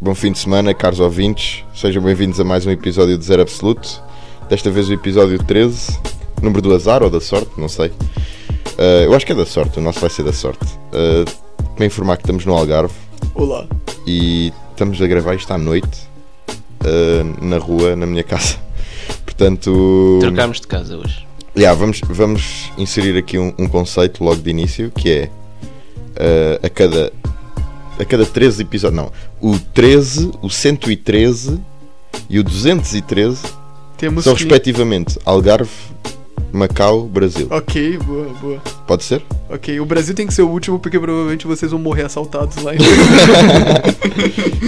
Bom fim de semana, caros ouvintes. Sejam bem-vindos a mais um episódio de Zero Absoluto. Desta vez o episódio 13, número do azar ou da sorte, não sei. Ah, eu acho que é da sorte, o nosso vai ser da sorte. Ah, Para informar que estamos no Algarve Olá. e estamos a gravar isto à noite, ah, na rua, na minha casa. Portanto. Trocámos de casa hoje. Yeah, vamos, vamos inserir aqui um, um conceito logo de início que é eh, a cada a cada 13 episódios, não, o 13, o 113 e o 213 Temos são que- respectivamente Algarve, Macau, Brasil. Ok, boa, boa. Pode ser? Ok, o Brasil tem que ser o último porque provavelmente vocês vão morrer assaltados lá. em-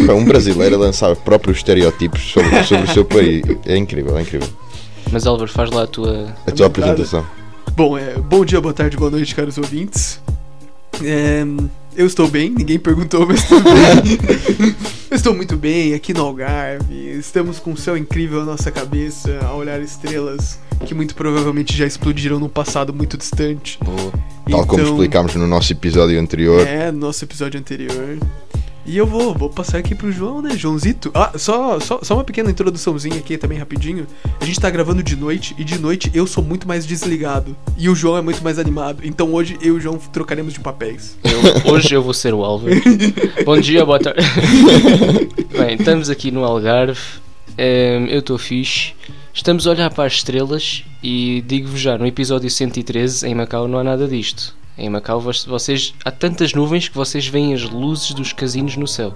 Pá, Um brasileiro a lançar próprios estereótipos sobre, sobre o seu país. É incrível, é incrível. Mas Álvaro, faz lá a tua. A tua É verdade. apresentação. Bom, é, bom dia, boa tarde, boa noite, caros ouvintes. É, eu estou bem, ninguém perguntou, mas estou bem. Eu estou muito bem aqui no Algarve. Estamos com um céu incrível à nossa cabeça, a olhar estrelas que muito provavelmente já explodiram num passado muito distante. Boa. Tal Tá, como Então, explicámos no nosso episódio anterior. É, no nosso episódio anterior. E eu vou, vou passar aqui pro João, né, Joãozito? Ah, só, só, só uma pequena introduçãozinha aqui também, rapidinho. A gente tá gravando de noite, e de noite eu sou muito mais desligado. E o João é muito mais animado. Então hoje eu e o João trocaremos de papéis. Eu- hoje eu vou ser o Álvaro. Bom dia, boa tarde. Bem, estamos aqui no Algarve. Ehm, eu estou fixe. Estamos a olhar para as estrelas e digo-vos já, no episódio 113 em Macau não há nada disto. Em Macau vo- vocês há tantas nuvens que vocês veem as luzes dos casinos no céu.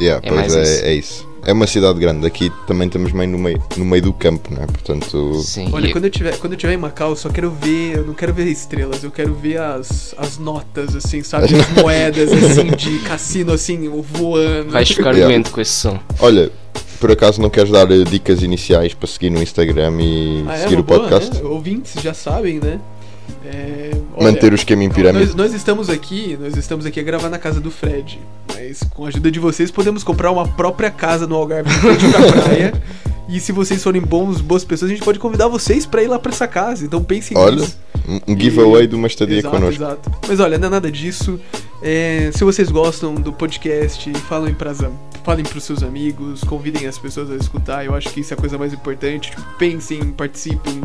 Yeah, É pois mais é, isso. é isso. É uma cidade grande. Aqui também estamos meio no meio, no meio do campo, não é? Portanto. Sim. Olha, e- quando eu tiver, quando eu tiver em Macau, eu só quero ver, eu não quero ver estrelas, eu quero ver as, as notas, assim, sabe? As moedas, assim, de cassino, assim, voando. Vais ficar Yeah. doente com esse som. Olha, por acaso não queres dar eh, dicas iniciais para seguir no Instagram e Ah, é seguir uma o boa, podcast? né? Ouvintes já sabem, né? É, olha, Manter o esquema em pirâmide. Nós, nós estamos aqui, nós estamos aqui a gravar na casa do Fred. Mas com a ajuda de vocês podemos comprar uma própria casa no Algarve em frente pra praia. E se vocês forem bons, boas pessoas, a gente pode convidar vocês pra ir lá pra essa casa. Então pensem Olha, nisso. Um um giveaway de uma estadia exato, connosco. exato. Mas olha, não é nada disso. É, se vocês gostam do podcast, falem para falem pros seus amigos, convidem as pessoas a escutar. Eu acho que isso é a coisa mais importante. Tipo, pensem, participem.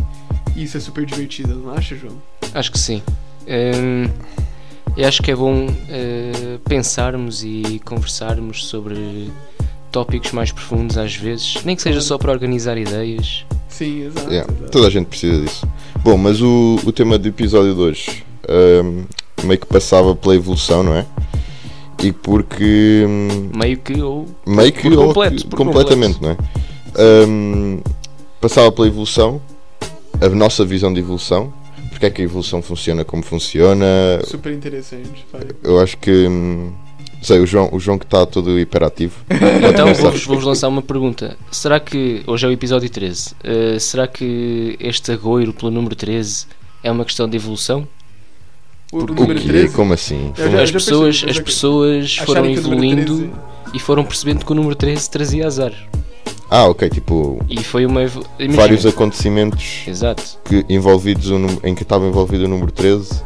Isso é super divertido, não acha, João? Acho que sim. Hum, eu acho que é bom eh, pensarmos e conversarmos sobre tópicos mais profundos às vezes, nem que seja só para organizar ideias. Sim, exato. Yeah, exato. Toda a gente precisa disso. Bom, mas o, o tema do episódio de hoje hum, meio que passava pela evolução, não é? E porque. hum, Meio que ou. meio que Por ou completo, que- por completamente, não é? Hum, passava pela evolução, a nossa visão de evolução, porque é que a evolução funciona como funciona, Super interessante. fale. Eu acho que. hum, não sei, o João, o João que está todo hiperativo. Então vou-vos vou-vos lançar uma pergunta. Será que. Hoje é o episódio 13. eh, será que este agoiro pelo número 13 é uma questão de evolução? O, o Porque- O número quê? 13. Como assim? Eu já- as eu já pessoas, percebi, mas as é que- pessoas foram acharem que o número evoluindo 13 e foram percebendo que o número 13 trazia azar. Ah, ok, tipo. E foi uma. evo- imagina- Vários acontecimentos Exato. que envolvidos o num- em que estava envolvido o número 13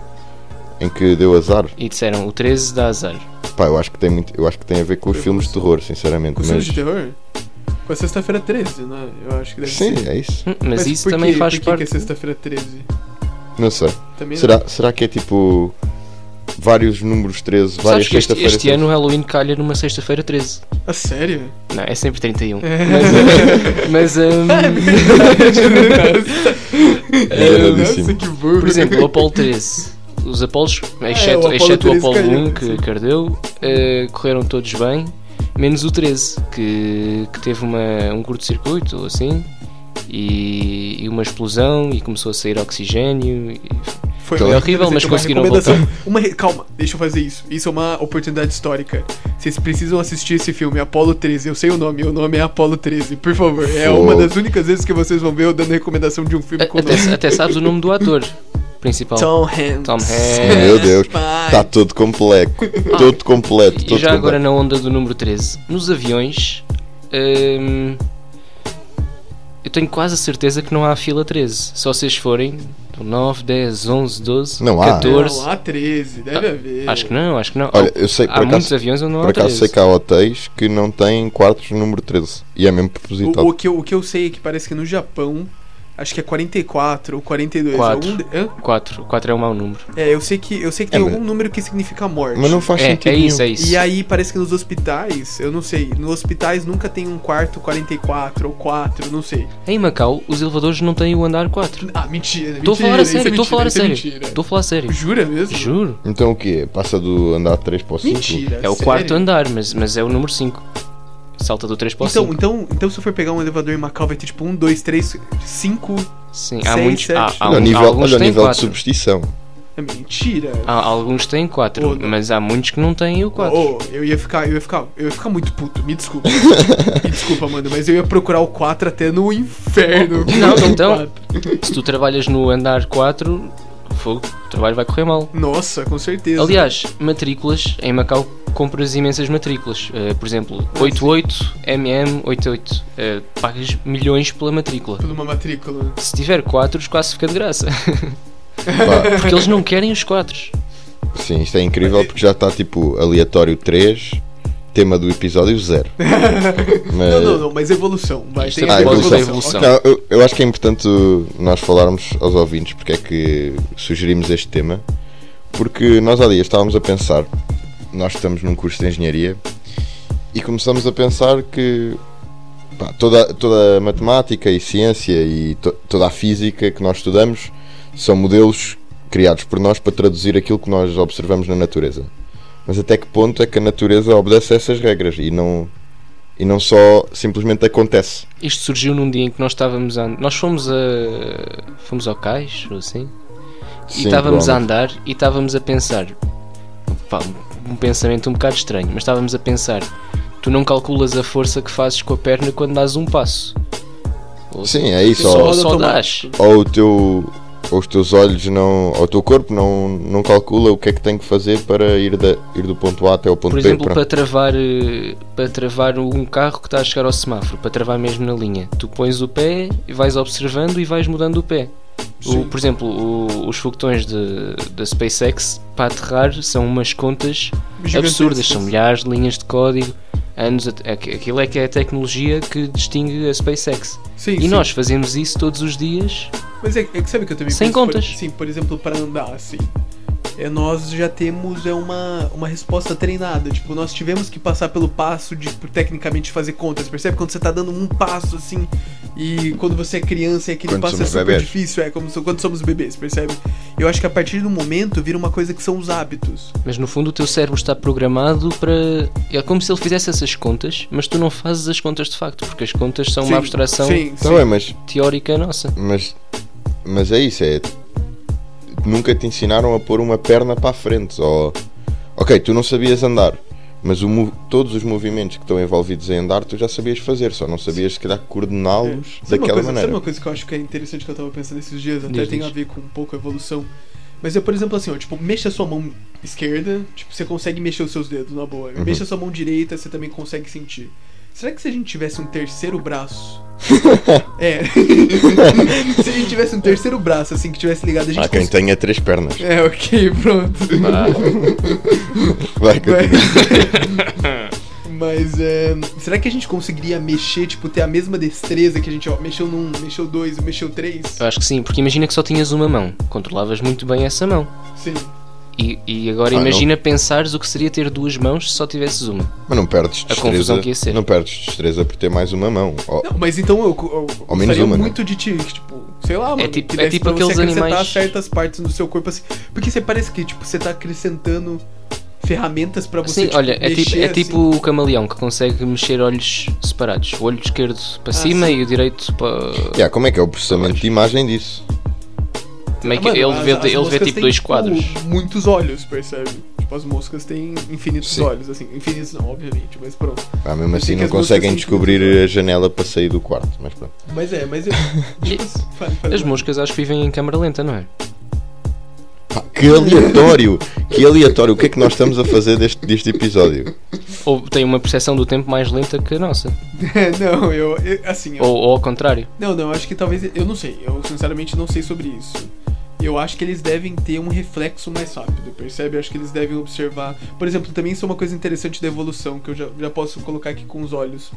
em que deu azar. E disseram: o 13 dá azar. Pá, eu acho que tem muito, eu acho que tem a ver com os filmes de terror, sinceramente. Com o filme mas de terror? Com a sexta-feira 13, né? Eu acho que deve sim, ser. é isso. Hum, Mas, isso por também quê? faz por que parte. que é sexta-feira 13? Não sei. Também não- Será, será que é tipo vários números 13, várias Sabes que este, sexta-feiras? este ano o Halloween calha numa sexta-feira 13. Ah, sério? Não, é sempre 31. É. Mas, hum, É Enganadíssimo. Nossa, que burro. por exemplo, o Apolo 13. Os Apolos, exceto, É, o Apolo exceto o 13 Apolo calhou, 1 que sim. cardeu, eh, correram todos bem, menos o 13, que, que teve uma, um curto-circuito ou assim, e, e uma explosão, e começou a sair oxigênio. e- Foi Foi uma- é horrível, mas uma conseguiram recomendação- Uma re- Calma, deixa eu fazer isso. Isso é uma oportunidade histórica. Vocês precisam assistir esse filme, Apolo 13. Eu sei o nome, o nome é Apolo 13. Por favor, é Pô. uma das únicas vezes que vocês vão ver eu dando recomendação de um É, filme com nome. Até, até sabes o nome do ator principal. Tom Hanks. Tom Hanks. Meu Deus, Tá Pai. Ah. está todo completo, todo completo, E todo já agora completo. na onda do número 13, nos aviões, hum, eu tenho quase a certeza que não há fila 13. Se vocês forem, tipo 9, 10, 11, 12, Não há. 14. Não, há 13, é deve haver. Tá, Acho que não, acho que não. Olha, eu sei, há por acaso- muitos aviões onde não Por há acaso 13. sei que há hotéis que não têm quartos número 13. E é mesmo O, propositado. o que eu, o que eu sei é que parece que no Japão, acho que é 44 ou 42. Quatro. algum de- hã? 4, 4 é um mau número. É, eu sei que, eu sei que É, tem mas- algum número que significa morte. Mas não faz É, sentido. é isso, é nenhum. isso. E aí parece que nos hospitais, eu não sei, nos hospitais nunca tem um quarto 44 ou 4, não sei. Em Macau, os elevadores não têm o andar 4. Ah, mentira, Estou a mentira, falar a isso é sério, estou a falar a mentira, sério. isso é mentira. Estou a falar a sério. Jura mesmo? Juro. Então o quê? Passa do andar 3 para o 5? Mentira. É o sério? quarto andar, mas, mas é o número 5. Salta do 3 para o Então, 5. então, então, se eu for pegar um elevador em Macau, vai ter tipo 1, 2, 3, 5. Sim, há seis, muitos. Há, sete. há, Olha o um- nível, alguns olha o têm nível de 4. superstição. É mentira. Há, alguns têm 4, Oh, não. mas há muitos que não têm o 4. Oh, eu ia ficar, eu ia ficar, eu ia ficar muito puto, me desculpa. me desculpa, mano, mas eu ia procurar o 4 até no inferno. Não, O então- quatro. Se tu trabalhas no andar 4, fogo, o trabalho vai correr mal. Nossa, com certeza. Aliás, matrículas, em Macau compras imensas matrículas. Eh, por exemplo, 88 MM88. Eh, pagas milhões pela matrícula. Por uma matrícula. né? Se tiver 4, quase fica de graça. Pá, Porque eles não querem os 4. sim, isto é incrível porque já está tipo aleatório 3, tema do episódio 0. Não, não, não, mas evolução. Vai, Isto tem é a Ah, Evolução, evolução. evolução. Não, eu, eu acho que é importante nós falarmos aos ouvintes porque é que sugerimos este tema. Porque nós há dias estávamos a pensar, nós estamos num curso de engenharia e começamos a pensar que pá, toda, toda a matemática e ciência e to- toda a física que nós estudamos são modelos criados por nós para traduzir aquilo que nós observamos na natureza. Mas até que ponto é que a natureza obedece a essas regras e não, e não só simplesmente acontece? Isto surgiu num dia em que nós estávamos a. Nós fomos a. Fomos ao cais, ou assim. e Sim, estávamos a provavelmente. andar e estávamos a pensar. Pá, um pensamento um bocado estranho, mas estávamos a pensar. Tu não calculas a força que fazes com a perna quando dás um passo. Ou- Sim, é isso. Só- Ou, só automático. ou o teu, ou os teus olhos não. Ou o teu corpo não, não calcula o que é que tem que fazer para ir, da, ir do ponto A até ao ponto Por B. exemplo, pronto. para travar, eh, para travar um carro que está a chegar ao semáforo, para travar mesmo na linha, tu pões o pé e vais observando e vais mudando o pé. O- Sim. por exemplo, o- os foguetões de- da SpaceX para aterrar são umas contas absurdas, são milhares de linhas de código, anos. a- aqu- aquilo é que é a tecnologia que distingue a SpaceX. Sim, E sim. nós fazemos isso todos os dias. Mas é, é que sabe que eu também Sem penso, por- contas. sim, por exemplo, para andar assim. É, nós já temos é uma, uma resposta treinada. Tipo, nós tivemos que passar pelo passo de por, tecnicamente fazer contas. Percebe quando você tá dando um passo assim e quando você é criança e aquele Quando passo é somos super bebês. difícil, é como so- quando somos bebês, percebe? Eu acho que a partir do momento vira uma coisa que são os hábitos. Mas no fundo o teu cérebro está programado para. É como se ele fizesse essas contas, mas tu não fazes as contas de facto, porque as contas são Sim, Então, uma abstração Sim, Tá sim. bem, mas, teórica nossa. mas, mas é isso. É, nunca te ensinaram a pôr uma perna para a frente. Ou, ok, tu não sabias andar. Mas o mo- todos os movimentos que estão envolvidos em andar tu já sabias fazer, só não sabias se calhar coordená-los É. Sabe uma daquela coisa, maneira. Sabe uma coisa que eu acho que é interessante que eu tava pensando esses dias, até Diz, tem diz. a ver com um pouco a evolução. Mas é, por exemplo, assim, ó, tipo, mexa sua mão esquerda, tipo, você consegue mexer os seus dedos na boa. Uhum. Mexa sua mão direita, você também consegue sentir. Será que se a gente tivesse um terceiro braço? é. se a gente tivesse um terceiro braço, assim, que tivesse ligado, a gente. Há quem cons- tenha três pernas. É, ok, pronto. Vai, continua. Mas é, será que a gente conseguiria mexer, tipo, ter a mesma destreza que a gente, ó, mexeu num, mexeu dois, mexeu três? Eu acho que sim, porque imagina que só tinhas uma mão, controlavas muito bem essa mão. Sim. E, e agora Ah, não. imagina pensares o que seria ter duas mãos se só tivesses uma. Mas não perdes A confusão destreza. que ia ser. Não perdes destreza por ter mais uma mão. Oh. Ó, Não, mas então eu, eu Ao menos gostaria uma, né? muito de te, que, tipo, sei lá, mano, tipo- que é desse tipo pra você aqueles acrescentar animais- certas partes do seu corpo assim, porque você parece que tipo você tá acrescentando ferramentas pra você Sim, tipo, olha, é tipo, mexer, é assim. tipo o camaleão que consegue mexer olhos separados. O olho esquerdo para cima Ah, sim. e o direito para. yeah, como é que é o processamento de imagem disso? Meio é que Ah, Mano, ele as- vê, as ele vê moscas tipo têm, dois tipo, quadros. muitos olhos, percebe? Tipo as moscas têm infinitos Sim. olhos, assim, infinitos não, obviamente, mas pronto. Ah, mesmo Eu sei assim não que as moscas conseguem são descobrir invisíveis. a janela para sair do quarto. Mas pronto. Mas é, mas eu fale, fale, As fale. moscas acho que vivem em câmara lenta, não é? Pá, que aleatório! que aleatório! O que é que nós estamos a fazer deste, deste episódio? Ou têm uma percepção do tempo mais lenta que a nossa. É, não, eu, eu- assim, eu- Ou, ou ao contrário. Não, não, eu acho que talvez. Eu não sei. Eu sinceramente não sei sobre isso. eu acho que eles devem ter um reflexo mais rápido, percebe? Eu acho que eles devem observar. Por exemplo, também isso é uma coisa interessante da evolução, que eu já, já posso colocar aqui com os olhos.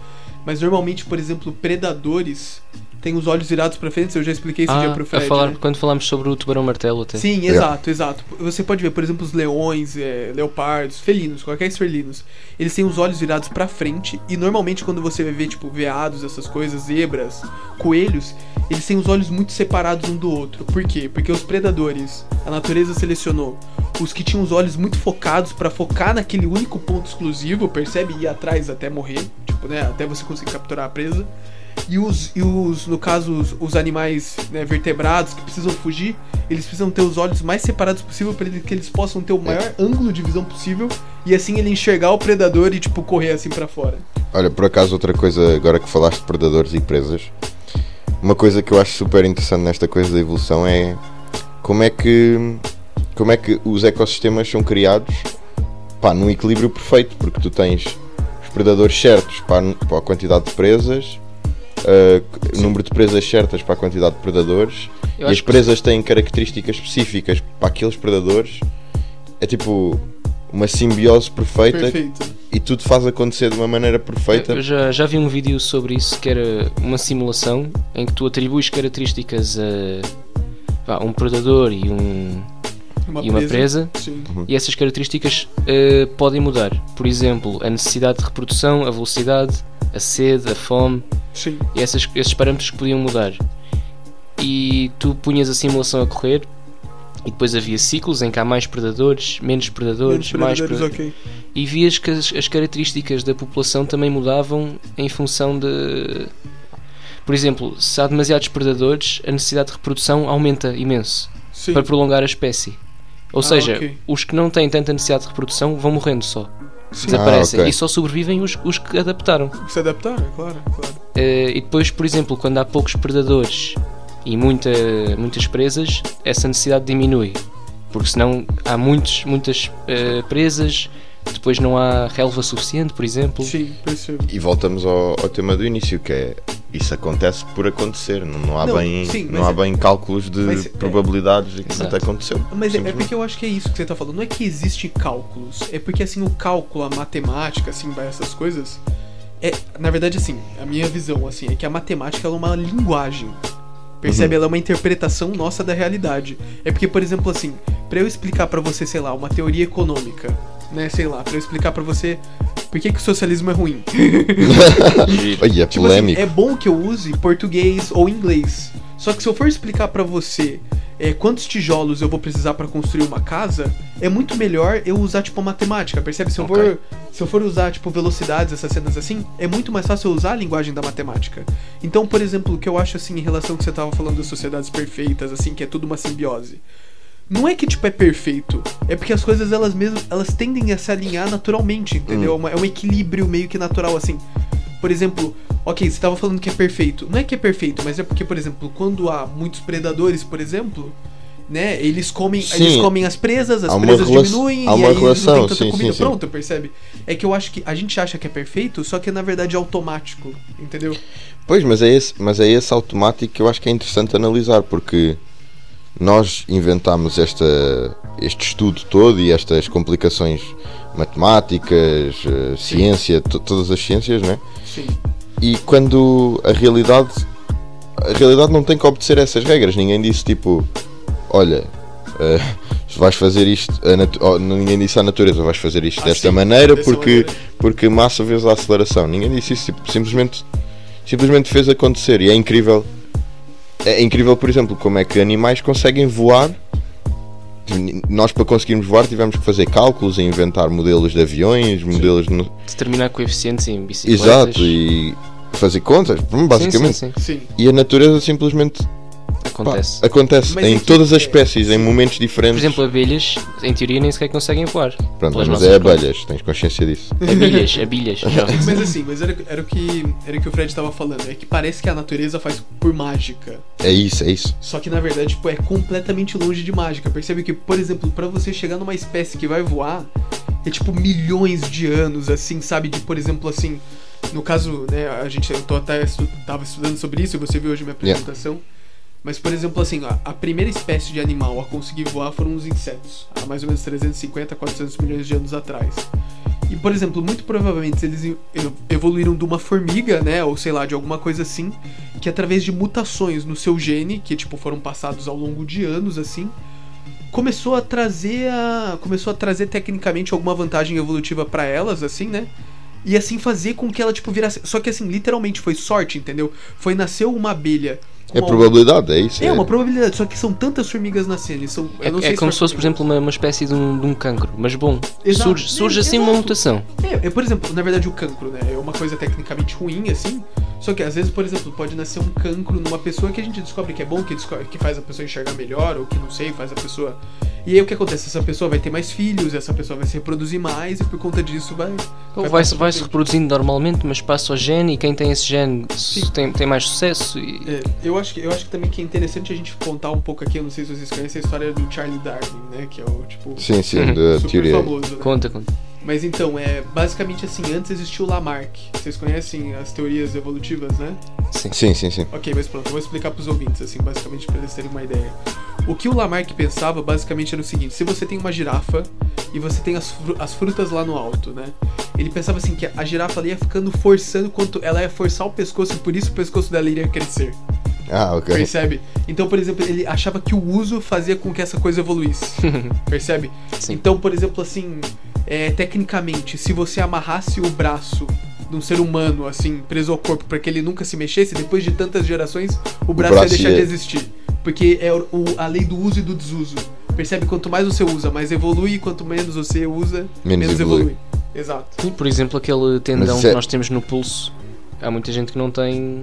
Mas normalmente, por exemplo, predadores têm os olhos virados pra frente, eu já expliquei isso Ah, dia pro a Fred. falar, né? quando falámos sobre o tubarão martelo até. Sim, Yeah. exato, exato. Você pode ver, por exemplo, os leões, é, leopardos, felinos, qualquer felinos. Eles têm os olhos virados pra frente e normalmente quando você vê, tipo, veados, essas coisas, zebras, coelhos, eles têm os olhos muito separados um do outro. Por quê? Porque os predadores, a natureza selecionou os que tinham os olhos muito focados pra focar naquele único ponto exclusivo, percebe? E ir atrás até morrer, tipo, né? Até você conseguir capturar a presa. E os, e os no caso, os, os animais né, vertebrados que precisam fugir, eles precisam ter os olhos mais separados possível para que eles possam ter o maior ângulo de visão possível e assim ele enxergar o predador e, tipo, correr assim pra fora. Olha, por acaso, outra coisa, agora que falaste de predadores e presas, uma coisa que eu acho super interessante nesta coisa da evolução é como é que, como é que os ecossistemas são criados pá, num equilíbrio perfeito, porque tu tens os predadores certos para, a- para a quantidade de presas, ah, o número de presas certas para a quantidade de predadores, e Eu as acho que- presas têm características específicas para aqueles predadores. É tipo uma simbiose perfeita Perfeito. e tudo faz acontecer de uma maneira perfeita. Eu já, já vi um vídeo sobre isso que era uma simulação em que tu atribuis características a vá, um predador e, um, e uma presa É Sim. e essas características eh, podem mudar. Por exemplo, a necessidade de reprodução, a velocidade, a sede, a fome Sim. e essas- esses parâmetros que podiam mudar. E tu punhas a simulação a correr e depois havia ciclos em que há mais predadores, menos predadores, Menos mais predadores, predadores ok. e vias que as, as características da população também mudavam em função de. Por exemplo, se há demasiados predadores, a necessidade de reprodução aumenta imenso Sim. para prolongar a espécie. Ou Ah, seja, ok. os que não têm tanta necessidade de reprodução vão morrendo só. Sim. Desaparecem. Ah, ok. E só sobrevivem os, os que adaptaram. Se adaptar, é claro, é claro. Eh, e depois, por exemplo, quando há poucos predadores e muita, muitas presas, essa necessidade diminui. Porque senão há muitos, muitas eh, presas, depois não há relva suficiente, por exemplo. Sim, percebo. E voltamos ao, ao tema do início, que é isso acontece por acontecer, não, não há, Não, bem, sim, não mas há é- bem cálculos de mas é- probabilidades de que Exato. isso aconteceu. Mas é, é Simplesmente. porque eu acho que é isso que você tá falando. Não é que existe cálculos, é porque assim o cálculo, a matemática, assim, vai essas coisas. É, na verdade, assim, a minha visão assim é que a matemática ela é uma linguagem. Percebe? Ela é uma interpretação nossa da realidade. É porque, por exemplo, assim, pra eu explicar pra você, sei lá, uma teoria econômica, né, sei lá, pra eu explicar pra você por que, que o socialismo é ruim. Ai, é Tipo assim, polémico. é bom que eu use português ou inglês. Só que se eu for explicar pra você é, quantos tijolos eu vou precisar pra construir uma casa, é muito melhor eu usar tipo a matemática, percebe? Se eu Ok. for se eu for usar tipo velocidades, essas cenas assim, é muito mais fácil eu usar a linguagem da matemática. Então, por exemplo, o que eu acho assim em relação ao que você tava falando das sociedades perfeitas, assim, que é tudo uma simbiose. Não é que tipo é perfeito, é porque as coisas elas mesmas elas tendem a se alinhar naturalmente, entendeu? Hum. É uma- é um equilíbrio meio que natural assim. Por exemplo, ok, você tava falando que é perfeito. Não é que é perfeito, mas é porque, por exemplo, quando há muitos predadores, por exemplo, né, eles comem, eles Sim. comem as presas, as Há uma presas rela- diminuem, há e uma aí relação, eles não têm tanta sim, comida sim, sim. pronta, percebe? É que eu acho que a gente acha que é perfeito, só que é na verdade automático, entendeu? Pois, mas é, esse, mas é esse automático que eu acho que é interessante analisar, porque nós inventámos esta, este estudo todo e estas complicações matemáticas, eh, ciência, to- todas as ciências, né? Sim. e quando a realidade a realidade não tem que obedecer a essas regras ninguém disse tipo olha eh, se vais fazer isto a natu- oh, ninguém disse à natureza vais fazer isto Ah, desta sim, maneira dessa porque maneira. porque massa vezes a aceleração ninguém disse isso tipo, simplesmente simplesmente fez acontecer e é incrível é incrível por exemplo como é que animais conseguem voar nós para conseguirmos voar tivemos que fazer cálculos e inventar modelos de aviões modelos de no- determinar coeficientes em bicicletas. Exato, e fazer contas, hum, basicamente. Sim, sim, Sim. E a natureza simplesmente sim. pá, Acontece. acontece Mas em é que- todas as é, espécies, em momentos Por diferentes. exemplo, abelhas, em teoria, nem sequer conseguem voar. Pronto, pelas mas nossas é abelhas, tens consciência disso. contas. Abelhas, abelhas. já ouvi dizer. Mas assim, mas era, era o que era o que o Fred tava falando, é que parece que a natureza faz por mágica. É isso, é isso. Só que na verdade, tipo, é completamente longe de mágica. Percebe que, por exemplo, pra você chegar numa espécie que vai voar, é tipo milhões de anos, assim, sabe? De, por exemplo, assim, no caso, né, a gente, eu tô até estu- tava estudando sobre isso, e você viu hoje minha Yeah. apresentação. Mas, por exemplo, assim, a, a primeira espécie de animal a conseguir voar foram os insetos, há mais ou menos 350, 400 milhões de anos atrás. E, por exemplo, muito provavelmente se eles ev- evoluíram de uma formiga, né, ou sei lá, de alguma coisa assim, que através de mutações no seu gene, que tipo foram passados ao longo de anos assim, começou a trazer a começou a trazer tecnicamente alguma vantagem evolutiva pra elas assim, né? E assim fazer com que ela tipo virasse, só que assim, literalmente foi sorte, entendeu? Foi nasceu uma abelha. É uma- probabilidade, é isso. É uma probabilidade, só que são tantas formigas nascendo, e são, eu não É, sei é como se fosse, por exemplo, uma, uma espécie de um, de um cancro. Mas bom, Exato. surge, surge assim uma Exato. mutação. É, é, por exemplo, na verdade o cancro, né? É uma coisa tecnicamente ruim, assim. Só que às vezes, por exemplo, pode nascer um cancro numa pessoa que a gente descobre que é bom, que, desco- que faz a pessoa enxergar melhor, ou que não sei, faz a pessoa. E aí o que acontece? Essa pessoa vai ter mais filhos, essa pessoa vai se reproduzir mais, e por conta disso vai. Ou passar pra vai-se vai-se frente. reproduzindo normalmente, mas passa o gene e quem tem esse gene su- Sim. tem, tem mais sucesso. E... É, eu, acho que, eu acho que também que é interessante a gente contar um pouco aqui, eu não sei se vocês conhecem a história do Charlie Darwin, né? Que é o tipo. Sim, sim, Uhum. da super teoria. famoso, né? Conta, conta. Mas então, é basicamente assim, antes existiu o Lamarck. Vocês conhecem as teorias evolutivas, né? Sim. Sim, sim, sim. Ok, mas pronto, eu vou explicar pros ouvintes, assim, basicamente pra eles terem uma ideia. O que o Lamarck pensava basicamente era o seguinte: se você tem uma girafa e você tem as, fru- as frutas lá no alto, né? Ele pensava assim que a girafa ali ia ficando forçando quanto ela ia forçar o pescoço e por isso o pescoço dela iria crescer. Ah, ok. Percebe? Então, por exemplo, ele achava que o uso fazia com que essa coisa evoluísse. percebe? Sim. Então, por exemplo, assim, é, tecnicamente, se você amarrasse o braço de um ser humano, assim, preso ao corpo, para que ele nunca se mexesse, depois de tantas gerações, o braço, braço ia deixar ia- de existir. Porque é o- o- a lei do uso e do desuso. Percebe? Quanto mais você usa, mais evolui, e quanto menos você usa, Menos menos, evolui. evolui. Exato. Sim, Por exemplo, aquele tendão Mas que é- nós temos no pulso. Há muita gente que não tem.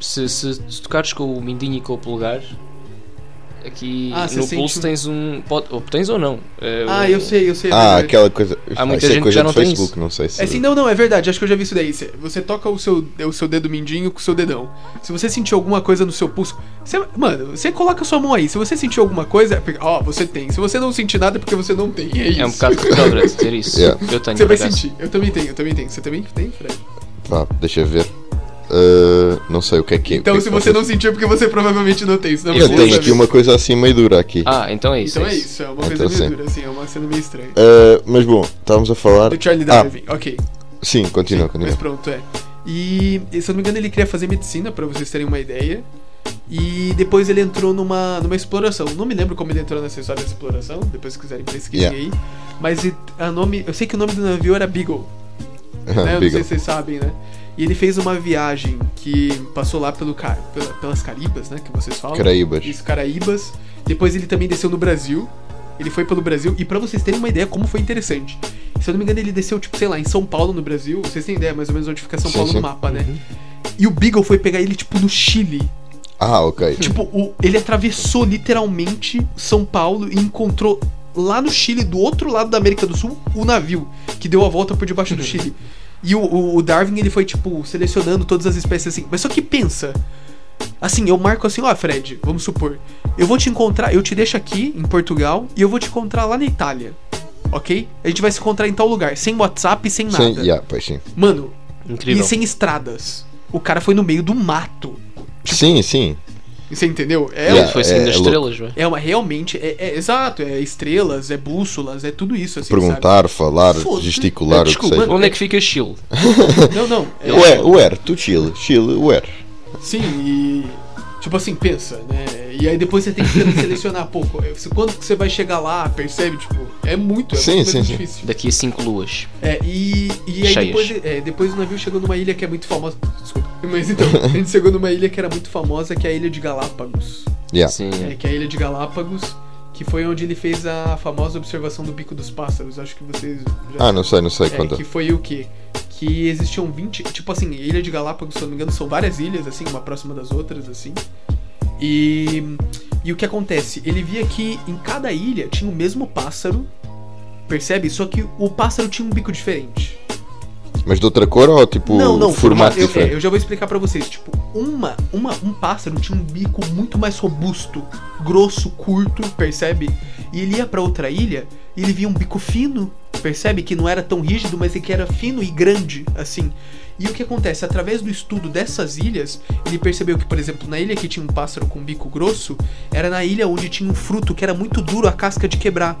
Se, se, se tocares com o mindinho e com o polegar, aqui Ah, no você pulso sente um- tens um. Pode, ou tens ou não. É, Ah, um- eu sei, eu sei. é Ah, verdade. aquela coisa. Há muita isso é gente que coisa já do não tem Facebook, isso. não sei se. É assim, não, não, é verdade, acho que eu já vi isso daí. Cê- Você toca o seu, o seu dedo mindinho com o seu dedão. Se você sentir alguma coisa no seu pulso. cê- mano, você coloca a sua mão aí. Se você sentir alguma coisa, é porque- ó, você tem. Se você não sentir nada, é porque você não tem. É isso. É um bocado retrógrado dizer isso. Yeah. Eu tenho. Você vai por acaso. sentir. Eu também tenho, eu também tenho. Você também tem, Fred? Pá, deixa eu ver. Ah, não sei o que é que é. o Então, que se é que você não sentir, é porque você provavelmente não tem. Senão Eu Eu você tenho sabe. aqui uma coisa assim meio dura aqui. Ah, então é isso. Então é isso, é uma coisa Então, meio sim. dura, assim, é uma cena meio estranha. Ah, mas bom, estávamos a falar. Ah, Do Charlie Darwin, ok. Sim, continua, continua. um Mas pronto, é. E, e, se eu não me engano, ele queria fazer medicina, pra vocês terem uma ideia. E depois ele entrou numa, numa exploração. Não me lembro como ele entrou nessa história dessa exploração, depois se quiserem pesquisem Yeah. aí. Mas e- a nome, eu sei que o nome do navio era Beagle, né? Eu não sei Beagle. se vocês sabem, né? E ele fez uma viagem que passou lá pelo, Ca- pela- pelas Caribas, né? Que vocês falam. Caraíbas. Isso, Caraíbas. Depois ele também desceu no Brasil. Ele foi pelo Brasil. E pra vocês terem uma ideia como foi interessante. Se eu não me engano, ele desceu, tipo, sei lá, em São Paulo, no Brasil. Vocês têm ideia mais ou menos onde fica São Sim, Paulo sim. Uhum. no mapa, né? E o Beagle foi pegar ele, tipo, no Chile. Ah, ok. Tipo, o- ele atravessou literalmente São Paulo e encontrou lá no Chile, do outro lado da América do Sul, o navio que deu a volta por debaixo do Chile. E o, o- o Darwin, ele foi, tipo, selecionando todas as espécies assim. Mas só que pensa. Assim, eu marco assim, ó, Fred, vamos supor. Eu vou te encontrar, eu te deixo aqui em Portugal e eu vou te encontrar lá na Itália. Ok? A gente vai se encontrar em tal lugar, sem WhatsApp, sem nada. Sim, yeah, pois sim. Mano, Incrível. e assim, sem estradas. O cara foi no meio do mato. Sim, sim. Você entendeu? É Yeah. Ele foi seguindo é- as é estrelas, vai. É uma realmente, é, é- exato, é estrelas, é bússolas, é tudo isso assim. Perguntar, falar, Foda-se. gesticular, Desculpa, o que seja. Onde é que fica Chile? sabe? Não, não. é- Ué, ué, tu Chile, Chile, ué. sim, e tipo assim pensa, né? E aí depois você tem que também selecionar pouco. Quando que você vai chegar lá, percebe? Tipo, é muito, é Sim, muito sim, mais sim. difícil. Daqui a 5 luas. É, e, e aí Cheias. depois, é, depois o navio chegou numa ilha que é muito famosa. Desculpa. Mas então, a gente chegou numa ilha que era muito famosa, que é a Ilha de Galápagos. Yeah. Sim. É, é. que é a Ilha de Galápagos, que foi onde ele fez a famosa observação do bico dos pássaros. Acho que vocês já Ah, não sei, não sei É, quanto. que foi o quê? Que existiam 20. Tipo assim, Ilha de Galápagos, se eu não me engano, são várias ilhas, assim, uma próxima das outras, assim. E. E o que acontece? Ele via que em cada ilha tinha o mesmo pássaro, percebe? Só que o pássaro tinha um bico diferente. Mas de outra cor ou tipo não, não, formato eu, é, diferente? eu já vou explicar pra vocês. Tipo, uma, uma, um pássaro tinha um bico muito mais robusto, grosso, curto, percebe? E ele ia pra outra ilha e ele via um bico fino, percebe que não era tão rígido, mas é que era fino e grande, assim. E o que acontece? Através do estudo dessas ilhas, ele percebeu que, por exemplo, na ilha que tinha um pássaro com bico grosso, era na ilha onde tinha um fruto que era muito duro a casca de quebrar.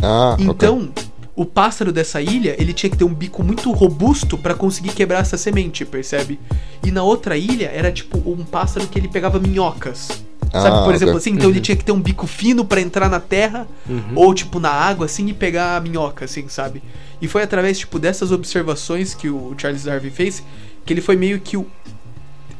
Ah, ok. Então, o pássaro dessa ilha, ele tinha que ter um bico muito robusto pra conseguir quebrar essa semente, percebe? E na outra ilha era tipo um pássaro que ele pegava minhocas. Sabe, Ah, por exemplo, ok. assim, então ele tinha que ter um bico fino pra entrar na terra ou tipo na água assim e pegar a minhoca, assim, sabe? E foi através tipo dessas observações que o Charles Darwin fez que ele foi meio que o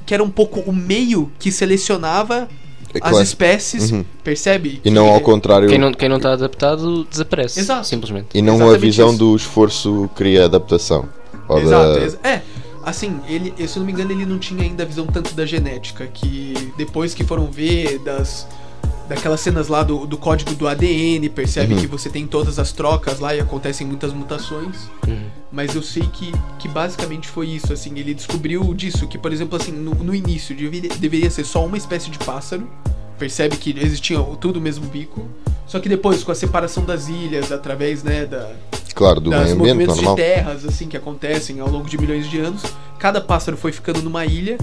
que era um pouco o meio que selecionava É as claro. espécies, Uhum. percebe? E não ao contrário. Quem não está quem não tá adaptado desaparece. Exato. Simplesmente. E não a Exatamente visão isso. do esforço cria adaptação. Ou Exato, da- exa- é. Assim, ele, eu, se eu não me engano, ele não tinha ainda a visão tanto da genética, que depois que foram ver das daquelas cenas lá do, do código do ADN, percebe Uhum. que você tem todas as trocas lá e acontecem muitas mutações. Uhum. Mas eu sei que, que basicamente foi isso, assim, ele descobriu disso, que por exemplo, assim, no, no início deveria, deveria ser só uma espécie de pássaro, percebe que existia tudo o mesmo bico, só que depois, com a separação das ilhas, através, né, da, Claro, do das meio ambiente movimentos normal. de terras assim que acontecem ao longo de milhões de anos, cada pássaro foi ficando numa ilha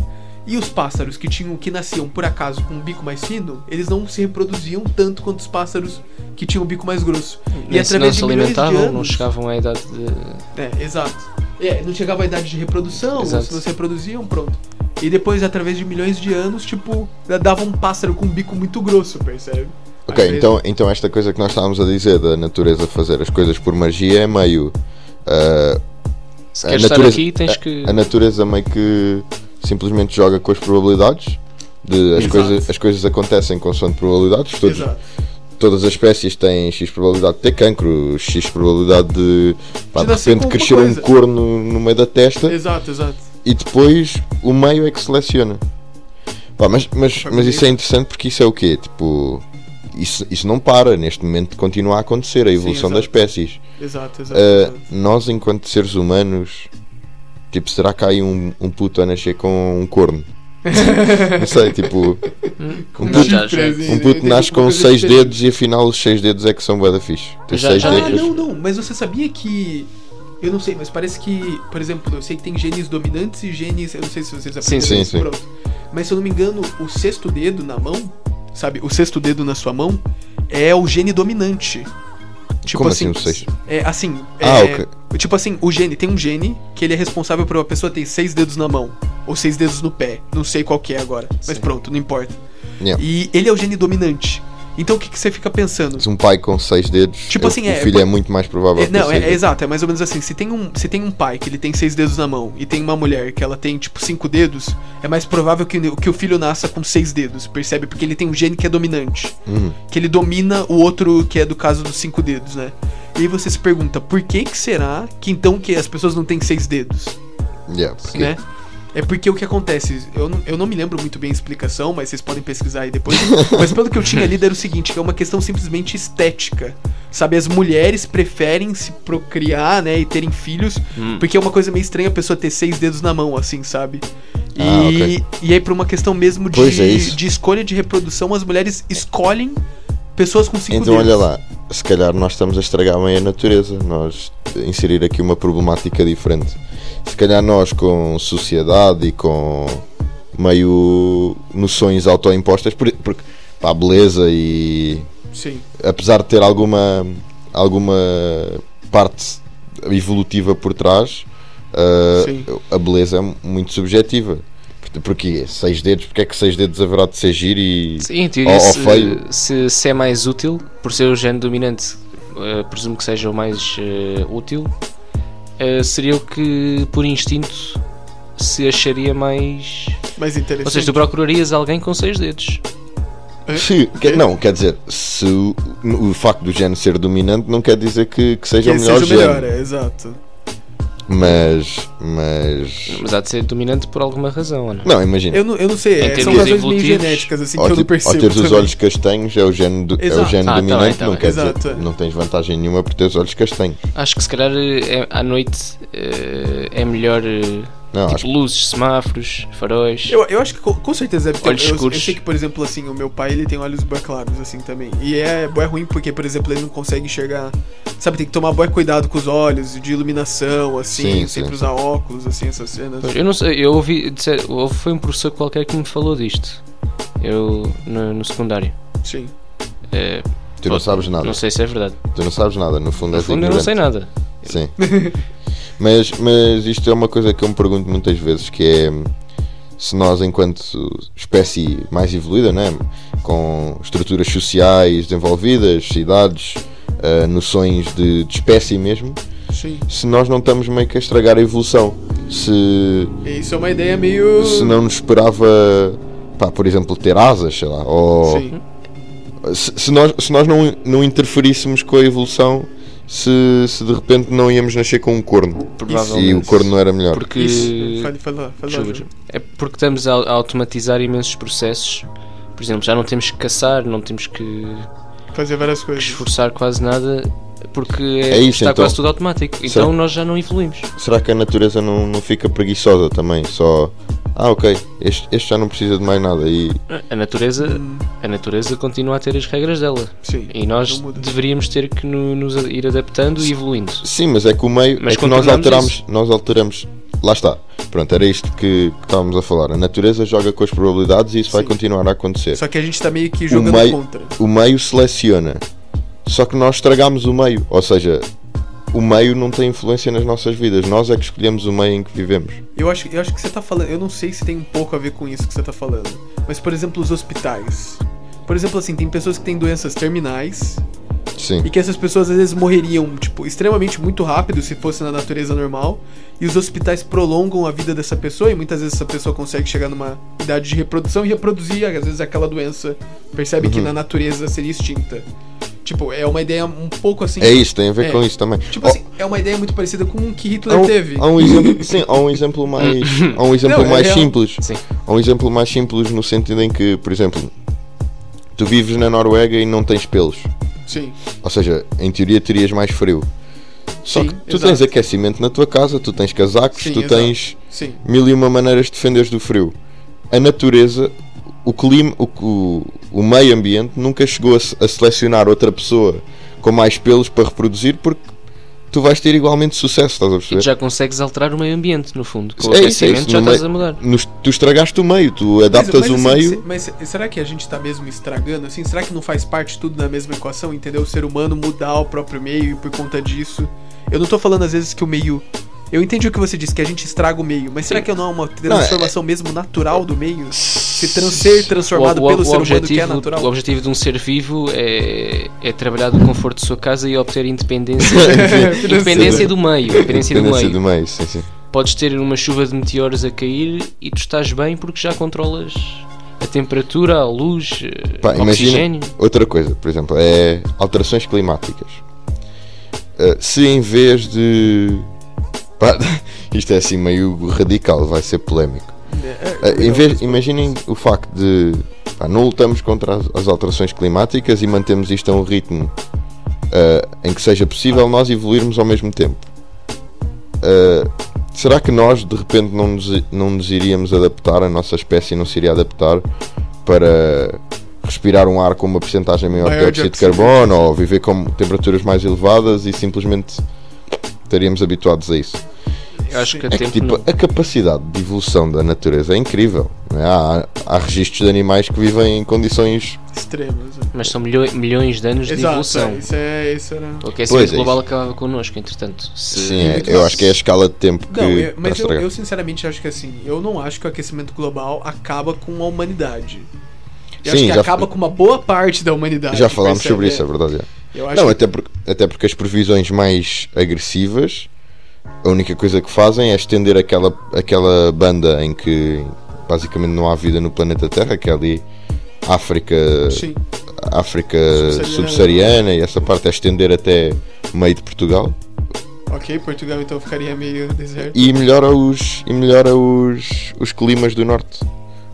e os pássaros que tinham que nasciam por acaso com um bico mais fino, eles não se reproduziam tanto quanto os pássaros que tinham o bico mais grosso. Nem se não se milhões alimentavam, não chegavam à idade de. É, exato. É, não chegava a idade de reprodução, Exato. se não se reproduziam, pronto. E depois, através de milhões de anos, tipo, dava um pássaro com um bico muito grosso, percebe? Às Ok, vezes- é então, então esta coisa que nós estávamos a dizer da natureza fazer as coisas por magia é meio. ah, Se A queres natureza- estar aqui, tens a- que. a natureza meio que simplesmente joga com as probabilidades. De as, Exato. coisas, as coisas acontecem consoante probabilidades. Todos, Exato. todas as espécies têm X probabilidade de ter cancro, X probabilidade de pá, De de nascer com repente alguma crescer coisa. um corno no meio da testa Exato, exato. e depois o meio é que seleciona. Pá, mas, mas, mas isso é interessante porque isso é o quê? Tipo, isso, isso não para, neste momento continua a acontecer a evolução das exato. espécies. Exato, exato. É, Uh, exato. nós, enquanto seres humanos, tipo, será que há aí um, um puto a nascer com um corno? não sei, tipo, um Não, puto, já- um puto nasce com seis dedos e afinal os seis dedos é que são bué da fixe. Tem Já- seis já- Ah, dedos. não, não, mas você sabia que. Eu não sei, mas parece que, por exemplo, eu sei que tem genes dominantes e genes. Eu não sei se vocês aprenderam sim, isso, sim. pronto. Mas se eu não me engano, o sexto dedo na mão, sabe? O sexto dedo na sua mão é o gene dominante. Tipo Como assim o sexto? É assim. Ah, é- ok. Tipo assim, o gene, tem um gene que ele é responsável por uma pessoa ter seis dedos na mão. Ou seis dedos no pé. Não sei qual que é agora. Mas Sim. pronto, não importa. Yeah. E ele é o gene dominante. Então o que, que você fica pensando? Se um pai com seis dedos, Tipo é- assim, o é- filho é muito mais provável É, que não, é, seja. é exato, é mais ou menos assim. Se tem, um, se tem um pai que ele tem seis dedos na mão e tem uma mulher que ela tem, tipo, cinco dedos, é mais provável que, o- que o filho nasça com seis dedos, percebe? Porque ele tem um gene que é dominante. Uhum. Que ele domina o outro que é do caso dos cinco dedos, né? E aí você se pergunta, por que que será que então que as pessoas não têm seis dedos? Yeah, porque- né? É porque o que acontece, eu não, eu não me lembro muito bem a explicação, mas vocês podem pesquisar aí depois. mas pelo que eu tinha lido era o seguinte, que é uma questão simplesmente estética. Sabe, as mulheres preferem se procriar, né, e terem filhos, Hum. porque é uma coisa meio estranha a pessoa ter seis dedos na mão, assim, sabe? E, Ah, ok. e aí, por uma questão mesmo de, Pois é, isso. de escolha de reprodução, as mulheres escolhem pessoas com cinco Então dedos. olha lá, se calhar nós estamos a estragar bem a natureza, nós inserir aqui uma problemática diferente. Se calhar nós com sociedade e com meio noções autoimpostas, por- porque pá, a beleza e Sim, apesar de ter alguma alguma parte evolutiva por trás, ah, Sim. a beleza é muito subjetiva. Porque- Porque seis dedos, porque é que seis dedos haverá de ser giro e Sim, em teoria, Ou- ou feio. se, se, se é mais útil, por ser o género dominante, eh, presumo que seja o mais eh, útil, eh, seria o que, por instinto, se acharia mais. mais interessante. Ou seja, tu procurarias alguém com seis dedos. É? Se- que- É? não, quer dizer, se o, o facto do género ser dominante não quer dizer que, que seja que o melhor seja o melhor, género. é, exato. Mas. Mas. Mas há de ser dominante por alguma razão, ou não? Não, imagina. Eu não, eu não sei, é, são termos razões meio evolutivos, genéticas, assim, Ao, que eu não tipo, ao percebo. teres os também. olhos castanhos é o género, do- é o Exato. género Ah, tá dominante, bem, tá não bem. quer Exato, é. dizer. Não tens vantagem nenhuma por teres olhos castanhos. Acho que se calhar eh, é- à noite eh, é melhor eh, Não, acho Tipo luzes, semáforos, faróis. Eu, eu acho que co- com certeza deve ter. Olhos eu, eu escuros. sei que, por exemplo, assim, o meu pai ele tem olhos bem claros, assim também. E é, é ruim porque, por exemplo, ele não consegue enxergar. Sabe, tem que tomar bué cuidado com os olhos, de iluminação, assim, Sim, sempre sim. usar óculos, assim, essas cenas. Pois, Eu não sei, eu ouvi, disser- houve- foi um professor qualquer que me falou disto. Eu, no, no secundário. Sim. É, que tu não sabes nada. Não sei se é verdade. Tu não sabes nada, no fundo No és fundo, eu não sei ignorante. nada. Sim. mas, mas isto é uma coisa que eu me pergunto muitas vezes, que é se nós, enquanto espécie mais evoluída, né, com estruturas sociais desenvolvidas, cidades, ah, noções de, de espécie mesmo, Sim. se nós não estamos meio que a estragar a evolução. Se, E isso é uma ideia meio. se não nos esperava, pá, por exemplo, ter asas, sei lá, ou Sim. se, se nós, se nós não, não interferíssemos com a evolução, se, se de repente não íamos nascer com um corno Provavelmente. e o corno não era melhor. Porque. Isso. Fala, fala, fala. Deixa eu ver. Ju. É porque estamos a, a automatizar imensos processos. Por exemplo, já não temos que caçar, não temos que Fazer várias coisas. esforçar quase nada, porque É isso, está então. quase tudo automático. Então Será- nós já não evoluímos. Será que a natureza não, não fica preguiçosa também? Só, ah, ok, este, este já não precisa de mais nada. E A natureza, Hum, a natureza continua a ter as regras dela. Sim. E nós Não muda. deveríamos ter que no- nos a- ir adaptando e evoluindo. sim, mas é que o meio, Mas é que nós contornamos alteramos, nós alteramos. Lá está. Pronto, era isto que, que estávamos a falar. A natureza joga com as probabilidades e isso vai Sim. continuar a acontecer. Só que a gente tá meio que jogando meio- contra. o meio seleciona. Só que nós estragamos o meio. Ou seja, o meio não tem influência nas nossas vidas. Nós é que escolhemos o meio em que vivemos. Eu acho, eu acho que você tá falando. Eu não sei se tem um pouco a ver com isso que você tá falando. Mas, por exemplo, os hospitais. Por exemplo, assim, tem pessoas que têm doenças terminais Sim. e que essas pessoas às vezes morreriam, tipo, extremamente muito rápido se fosse na natureza normal. E os hospitais prolongam a vida dessa pessoa e muitas vezes essa pessoa consegue chegar numa idade de reprodução e reproduzir, às vezes, aquela doença. Percebe Uhum. que na natureza seria extinta. Tipo, é uma ideia um pouco assim. É isso, tem a ver É. com isso também. Tipo Oh, assim, é uma ideia muito parecida com o que Hitler há um, teve. há um exemplo, sim, há um exemplo mais, há um exemplo Não, é mais real. simples. Sim. Há um exemplo mais simples no sentido em que, por exemplo, tu vives na Noruega e não tens pelos. Sim. Ou seja, em teoria terias mais frio. Só Sim, que tu exato. tens aquecimento na tua casa, tu tens casacos, Sim, tu exato. tens Sim. mil e uma maneiras de defenderes do frio. A natureza, o clima, o, o, o meio ambiente nunca chegou a, se- a selecionar outra pessoa com mais pelos para reproduzir porque tu vais ter igualmente sucesso, estás a E tu perceber? já consegues alterar o meio ambiente, no fundo. Com o É isso, é aquecimento isso, já no estás a meio- mudar. Nos- tu estragaste o meio, tu adaptas Mas- mas o assim, um meio. se- Mas, será que a gente tá mesmo estragando assim? Será que não faz parte tudo da mesma equação, entendeu? O ser humano mudar o próprio meio e por conta disso. Eu não tô falando às vezes que o meio. Eu entendi o que você disse, que a gente estraga o meio, mas será que não é uma transformação mesmo natural do meio? Se trans ser transformado O- o- pelo o ser humano que é objetivo- natural? O objetivo de um ser vivo é, é trabalhar do conforto de sua casa e obter independência. Financeira. independência do meio. Independência do Dependência meio. do meio, sim, sim. Podes ter uma chuva de meteoros a cair e tu estás bem porque já controlas a temperatura, a luz, eh, Pá, o imagina oxigênio. outra coisa, por exemplo, é alterações climáticas. Uh, se em vez de. Pá, isto é assim meio radical, vai ser polémico. É, Uh, em vez- imaginem o facto de. pá, não lutamos contra as, as alterações climáticas e mantemos isto a um ritmo uh, em que seja possível nós evoluirmos ao mesmo tempo. Uh, será que nós de repente não nos, i- não nos iríamos adaptar, a nossa espécie não se iria adaptar para respirar um ar com uma porcentagem maior de Maior de dióxido de carbono ou viver com temperaturas mais elevadas e simplesmente estaríamos habituados a isso? Eu acho que a É que, tempo tipo, não. a capacidade de evolução da natureza é incrível. não é? Há, há registros de animais que vivem em condições. Extremos. Mas são milho- milhões de anos de Exato, evolução. é, isso é, isso era. O aquecimento Pois é, global acaba connosco, entretanto. Se- Sim, é- eu acho que é a escala de tempo que. Não, eu- para mas eu, estragar. eu sinceramente acho que assim, eu não acho que o aquecimento global acaba com a humanidade. Eu acho Sim, que já- acaba com uma boa parte da humanidade. Já falámos sobre isso, é percebe? verdade. é. Eu acho Não, que- até porque, até porque as previsões mais agressivas, a única coisa que fazem é estender aquela, aquela banda em que basicamente não há vida no planeta Terra, que é ali África, Sim, África Subsaariana. subsaariana, e essa parte é estender até o meio de Portugal. ok, Portugal então ficaria meio deserto. e melhora os e melhora os, os climas do norte.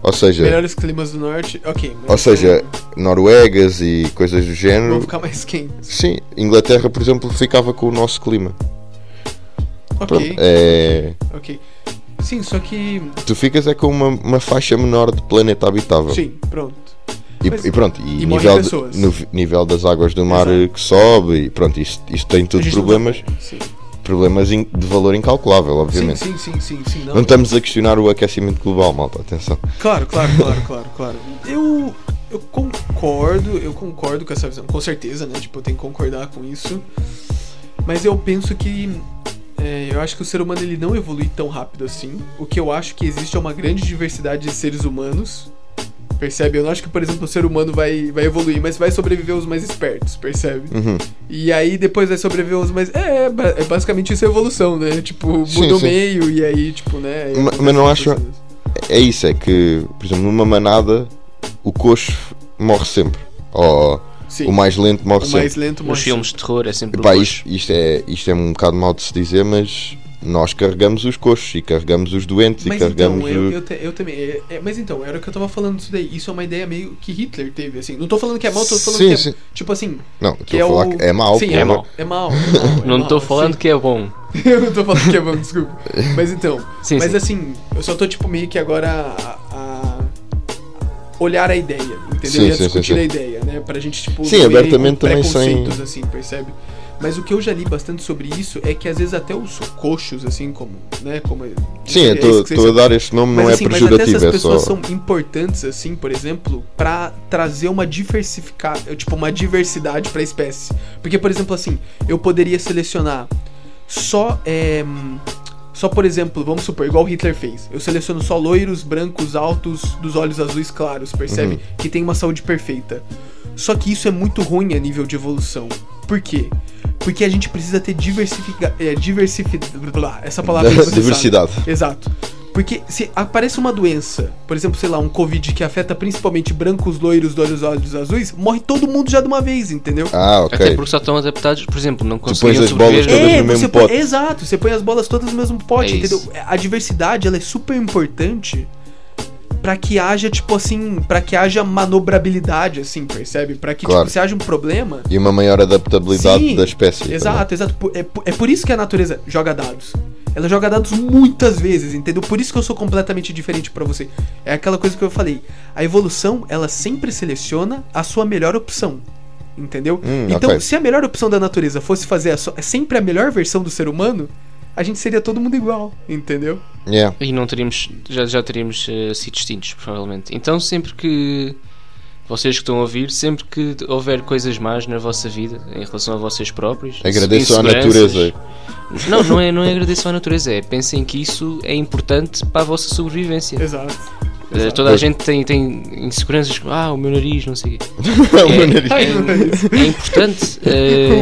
Ou seja, Melhores climas do norte, ok. mas ou seja, noruegas e coisas do então Vão género. ficar mais quentes. Sim, Inglaterra, por exemplo, ficava com o nosso clima. Ok, Pronto, é, ok. Sim, só que. Tu ficas é com uma, uma faixa menor de planeta habitável. Sim, pronto. E, Mas- e pronto, e, e morrem nível, de- pessoas. no vi- nível das águas do mar Exato. que sobe, e pronto, isto, isto tem A tudo gente não dá- problemas, Sim. problemas in- de valor incalculável, Sim, obviamente. sim, sim, sim, sim. Não, Não estamos a questionar o aquecimento global, malta, atenção. Claro, claro, claro, claro, claro. Eu, eu concordo, eu concordo com essa visão, com certeza, né? Tipo, eu tenho que concordar com isso. Mas eu penso que. é, eu acho que o ser humano ele não evolui tão rápido assim. O que eu acho que existe é uma grande diversidade de seres humanos. Percebe? Eu não acho que, por exemplo, o ser humano vai, vai evoluir, mas vai sobreviver os mais espertos, percebe? Uhum. E aí depois vai sobreviver os mais. É, é, ba- é basicamente isso é evolução, né? Tipo, Sim, muda o sim. meio e aí, tipo, né? aí Ma- mas acontecem não essas acho- coisas. É isso, é que, por exemplo, numa manada, o coxo morre sempre. Ou Sim. o mais lento morre O sempre. mais lento Nos mostra. filmes de terror é sempre Epá, o isto, isto é, isto é um bocado mal de se dizer, mas nós carregamos os coxos e carregamos os doentes e Mas carregamos então, eu, o. eu, te- eu também. é- é- mas então, era o que eu tava falando disso daí. Isso é uma ideia meio que Hitler teve, assim. Não tô falando que é mal, tô falando Sim, que é. sim. Tipo assim. Não, Que estou é a falar o... que é mau. Sim, porra. é mal. É mal. é Não mal, estou falando sim. que é bom. Eu não tô falando que é mal, desculpa. Mas então. Sim, mas sim. assim, eu só tô, tipo, meio que agora a. a- olhar a ideia, entendeu? Sim, e a sim, sim, discutir sim. a ideia, né? Pra gente, tipo, Sim, não ir abertamente com também sem- preconceitos, assim, percebe? Mas o que eu já li bastante sobre isso é que às vezes até os coxos, assim, como, né? Como Sim, é eu isso estou que vocês estou a dar este nome, não mas, é assim, Mas pejorativo, até é essas só. pessoas são importantes, assim, por exemplo, pra trazer uma diversificada, tipo, uma diversidade pra espécie. Porque, por exemplo, assim, eu poderia selecionar só, é, só por exemplo, vamos supor, igual o Hitler fez. Eu seleciono só loiros, brancos, altos, dos olhos azuis claros, percebe? Uhum. Que tem uma saúde perfeita. Só que isso é muito ruim a nível de evolução. Por quê? Porque a gente precisa ter diversifica, é, diversifi, blá, blá, essa palavra é aí você sabe. Diversidade. Exato. Porque se aparece uma doença, por exemplo, sei lá, um Covid que afeta principalmente brancos, loiros, de olhos, olhos azuis, morre todo mundo já de uma vez, entendeu? Ah, ok. Até porque só estão adaptados, por exemplo, não pões conseguiam as bolas sobreviver. todas é, no mesmo você pote. Põe, exato, você põe as bolas todas no mesmo pote, É entendeu? isso. A diversidade, ela é super importante pra que haja, tipo assim, pra que haja manobrabilidade, assim, percebe? Pra que, Claro. tipo, se haja um problema, E uma maior adaptabilidade Sim, da espécie. tá Exato, exato. Por- É, por- é por isso que a natureza joga dados. Ela joga dados muitas vezes, entendeu? Por isso que eu sou completamente diferente pra você. É aquela coisa que eu falei. A evolução, ela sempre seleciona a sua melhor opção. Entendeu? Hum, então, ok. se a melhor opção da natureza fosse fazer a so- sempre a melhor versão do ser humano, a gente seria todo mundo igual, entendeu? Também. Yeah. E não teríamos, já, já teríamos eh, sido extintos, provavelmente. Então, sempre que vocês que estão a ouvir, sempre que houver coisas más na vossa vida, em relação a vocês próprios, Agradeço à inseguranças- natureza. Não, não é, não é agradeço à natureza, é pensem que isso é importante para a vossa sobrevivência. Exato. É, Eh, Toda a gente tem, tem inseguranças, como, ah, o meu nariz, não sei o quê. É o meu nariz. É, é- é importante. eh,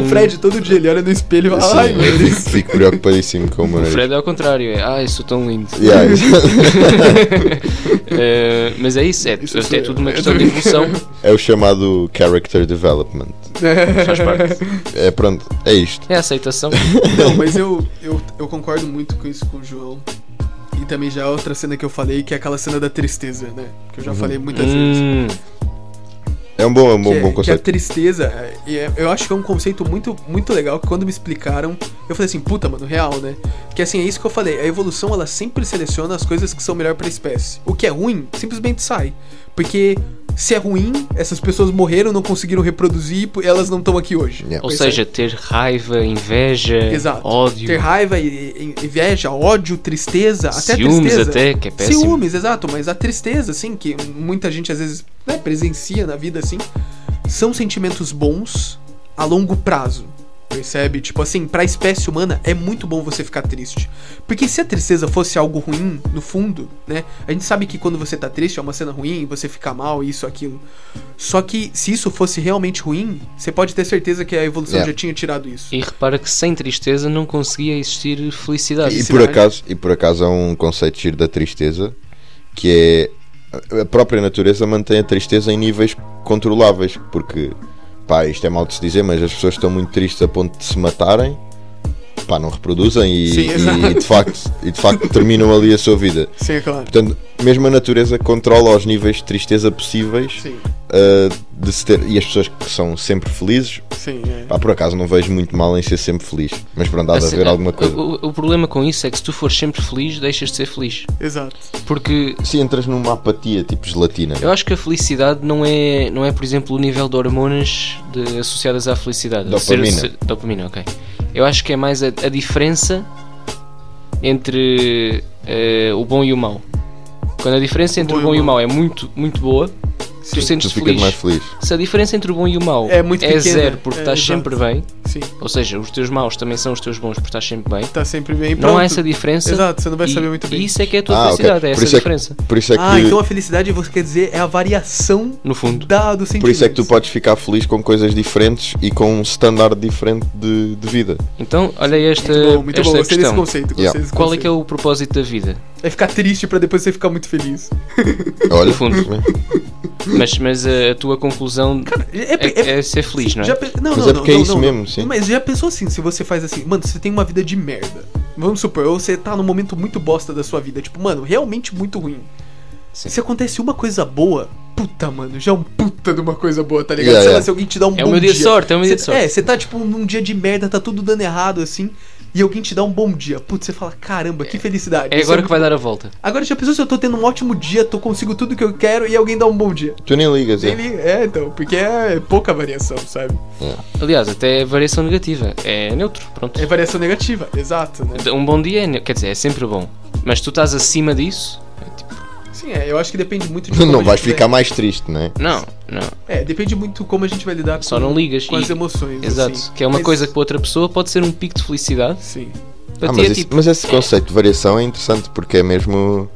O Fred, todo dia, ele olha no espelho e fala, ai, Sim, meu eu fico- Deus. fico preocupadíssimo com o meu O nariz. Fred é ao contrário, é, ah, eu sou tão lindo. Yeah, Eh, mas é isso, é, Isso sou é eu. tudo uma questão de evolução. é o chamado character development. Faz parte. É pronto, é isto. É a aceitação. Não, mas eu, eu, eu concordo muito com isso com o João. E também já é outra cena que eu falei, que é aquela cena da tristeza, né? Que eu já falei muitas vezes. Hum, É um bom, é um Que, bom, é- bom que a conceito. tristeza, é- e é- eu acho que é um conceito muito, muito legal que quando me explicaram, eu falei assim, puta, mano, real, né? Que assim, é isso que eu falei, a evolução ela sempre seleciona as coisas que são melhor pra espécie. O que é ruim, simplesmente sai. Porque se é ruim, essas pessoas morreram, não conseguiram reproduzir, e elas não estão aqui hoje. Yeah. ou Percebe? seja, ter raiva, inveja, é. Exato. É. ódio, Ter raiva, e- e- inveja, ódio, tristeza, até ciúmes tristeza. até, que é péssimo. Ciúmes, exato, mas a tristeza, assim, que muita gente às vezes né, presencia na vida, assim, são sentimentos bons a longo prazo. Percebe? Tipo assim, pra espécie humana é muito bom você ficar triste. Porque se a tristeza fosse algo ruim, no fundo, né? A gente sabe que quando você tá triste é uma cena ruim, você fica mal, isso, aquilo. Só que se isso fosse realmente ruim, você pode ter certeza que a evolução Yeah. já tinha tirado isso. É. E repara que sem tristeza não conseguia existir felicidade. E Sim. por, felicidade. acaso, e por acaso há um conceito giro da tristeza que é a- a própria natureza mantém a tristeza em níveis controláveis, porque pá, isto é mal de se dizer, mas as pessoas estão muito tristes a ponto de se matarem, pá, não reproduzem e, Sim, e- exato. e de facto, e de facto terminam ali a sua vida. Sim, é claro. Portanto, mesmo a natureza controla os níveis de tristeza possíveis Sim. ah, de se ter- e as pessoas que são sempre felizes, Sim, é. pá, por acaso não vejo muito mal em ser sempre feliz, mas pronto, há de A haver cena- alguma coisa. Assim, O, o- o problema com isso é que se tu fores sempre feliz, deixas de ser feliz. Exato. Porque Se entras numa apatia tipo gelatina, eu acho que a felicidade não é, não é por exemplo, o nível de hormonas de- associadas à felicidade. Dopamina. dopamina, ok. Eu acho que é mais a, a diferença entre eh, o bom e o mau. Quando a diferença entre o bom e o mau é muito, muito boa, tu tu sentes ficas feliz. mais feliz. Se a diferença entre o bom e o mau É muito pequena, zero porque é, estás exato. sempre bem, Sim. ou seja, os teus maus também são os teus bons porque estás sempre bem, Tá sempre bem. não Pronto. há essa diferença. Exato, você não vai e- saber muito bem. E isso é que é a tua Ah, ok. felicidade, é Por isso essa é que- diferença, Por isso é que, Ah, então a felicidade, você quer dizer, é a variação no fundo. da, do sentimento. por isso é que tu podes ficar feliz com coisas diferentes e com um standard diferente de, de vida. Então, olha esta, Muito bom, muito esta é bom. Gostei desse questão. conceito. gostei Yeah. desse Qual é que é conceito. o propósito da vida? É ficar triste pra depois você ficar muito feliz. Olha, No fundo. Mas, mas a, a tua conclusão É, é, é ser feliz, não é? já pe- não, Mas não, é porque é não, isso não, mesmo, não. sim. Mas já pensou assim, se você faz assim, mano, você tem uma vida de merda. Vamos supor, ou você tá num momento muito bosta da sua vida, tipo, mano, realmente muito ruim. Sim. Se acontece uma coisa boa, puta, mano, já é um puta de uma coisa boa, tá ligado? Yeah, Sei lá, yeah. se alguém te dá um É bom o meu dia de sorte, é o meu Cê- dia de sorte. É, você tá tipo num dia de merda, tá tudo dando errado assim, e alguém te dá um bom dia. Putz, você fala, caramba, que felicidade. É Isso agora muito que vai bom. dar a volta. Agora já pensou se eu tô tendo um ótimo dia, tô consigo tudo que eu quero e alguém dá um bom dia. tu nem ligas, é. Ele é, então, porque é pouca variação, sabe? Aliás, até é variação negativa. É neutro, pronto. É variação negativa, exato, né? Um bom dia é ne- quer dizer, é sempre bom. Mas tu estás acima disso? tipo, Sim, é, eu acho que depende muito de como a Não gente vais vai- ficar mais triste, né? Não, não. É, depende muito como a gente vai lidar Só com, não ligas. com as E- emoções. Exato. assim. Que é uma Mas- coisa que para outra pessoa pode ser um pico de felicidade. Sim. Para Ah, ti é mas, isso- tipo. mas esse conceito de variação é interessante porque é mesmo.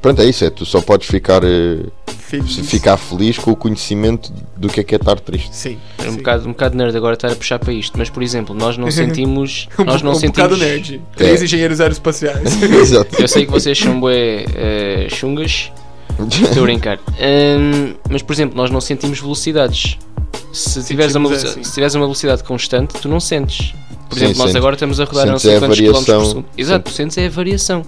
Pronto, é isso, é tu só podes ficar, eh, Feliz. se ficar feliz com o conhecimento do que é que é estar triste. Sim. É um sim. bocado, um bocado nerd agora estar a puxar para isto, mas por exemplo, nós não sentimos. Um, nós não um sentimos. É. bocado nerd. Três engenheiros aeroespaciais. Exato. Eu sei que vocês são bué eh, chungas, estou a brincar. Hum, mas por exemplo, nós não sentimos velocidades. Se tiveres, uma, é veloci- assim. se tiveres uma velocidade constante, tu não sentes. Por Sim, exemplo, nós sente- agora estamos a rodar a não sentes sei é a quantos quilómetros por variação. segundo. Exato, tu sentes é a variação.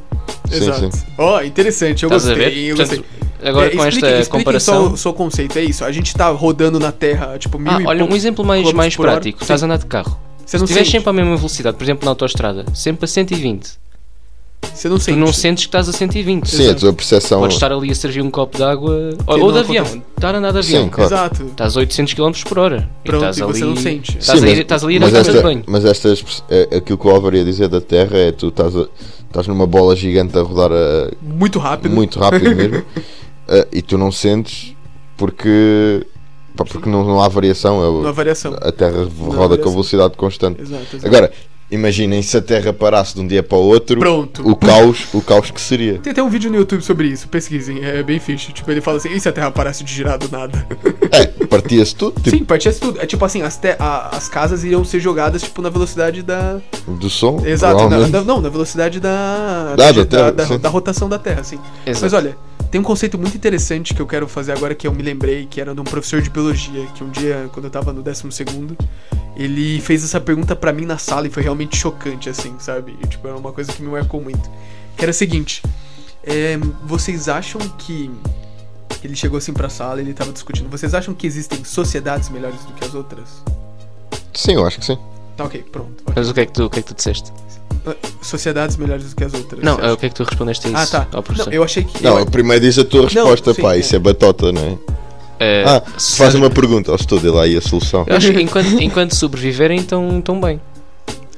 Exato. sim. Ó, interessante, eu Estás a gostei. ver? Eu Portanto, gostei. agora É, com expliquem- esta expliquem comparação. Só o, só o conceito, é isso. A gente tá rodando na Terra, tipo, mil Ah, e olha, um poucos exemplo mais, quilómetros mais por hora. prático: Sim. estás a andar de carro. Você Se não estiveres sente. sempre à mesma velocidade, por exemplo, na autoestrada, sempre a 120, Você não tu sente. não sentes que estás a 120. Sim, a tua percepção. Podes estar ali a servir um copo de água Que ou, ou não de avião. acontece. Estar a andar de avião. Sim, claro. Exato. Estás a 800 km por hora. Pronto, estás e você ali- não sente. Estás Sim, a mas- ir, estás ali ir à mas casa de esta- banho. Mas estas, perce- é- aquilo que o Álvaro ia dizer da Terra é tu estás, a- estás numa bola gigante a rodar a- Muito rápido. muito rápido mesmo eh, e tu não sentes porque, pá, porque não, não há variação. é o- Uma variação. a Terra roda com variação. velocidade constante. Exato, exato. Agora, imaginem se a Terra parasse de um dia para o outro, Pronto. o caos, o caos que seria. Tem até um vídeo no YouTube sobre isso, pesquisem, é bem fixe. Tipo, ele fala assim, e se a Terra parasse de girar do nada? É, partia-se tudo, tipo, Sim, partisse tudo. É tipo assim, as, te- a- as casas iriam ser jogadas, tipo, na velocidade da... do som. Exato, na, provavelmente. da- não, na velocidade da... Da- da da, Terra, da- sim. da rotação da Terra, assim. Mas Exato. olha, tem um conceito muito interessante que eu quero fazer agora que eu me lembrei, que era de um professor de biologia, que um dia, quando eu tava no 12 segundo, ele fez essa pergunta pra mim na sala e foi realmente chocante, assim, sabe? E, tipo, era uma coisa que me marcou muito. Que era o seguinte, é, vocês acham que... Ele chegou assim pra sala e ele tava discutindo. Vocês acham que existem sociedades melhores do que as outras? Sim, eu acho que sim. Tá ok, pronto. Mas o que, é que tu, o que é que tu disseste? Sociedades melhores do que as outras. não, você ah, acha? o que é que tu respondeste a isso? Ah, tá. Ao professor? Não, eu achei que... Não, eu- primeiro diz a tua resposta, sim, pá, é. isso é batota, não é? Eh, Ah, se- faz uma pergunta ao estudo, dá aí a solução. Eu acho que enquanto, enquanto sobreviverem, estão tão bem.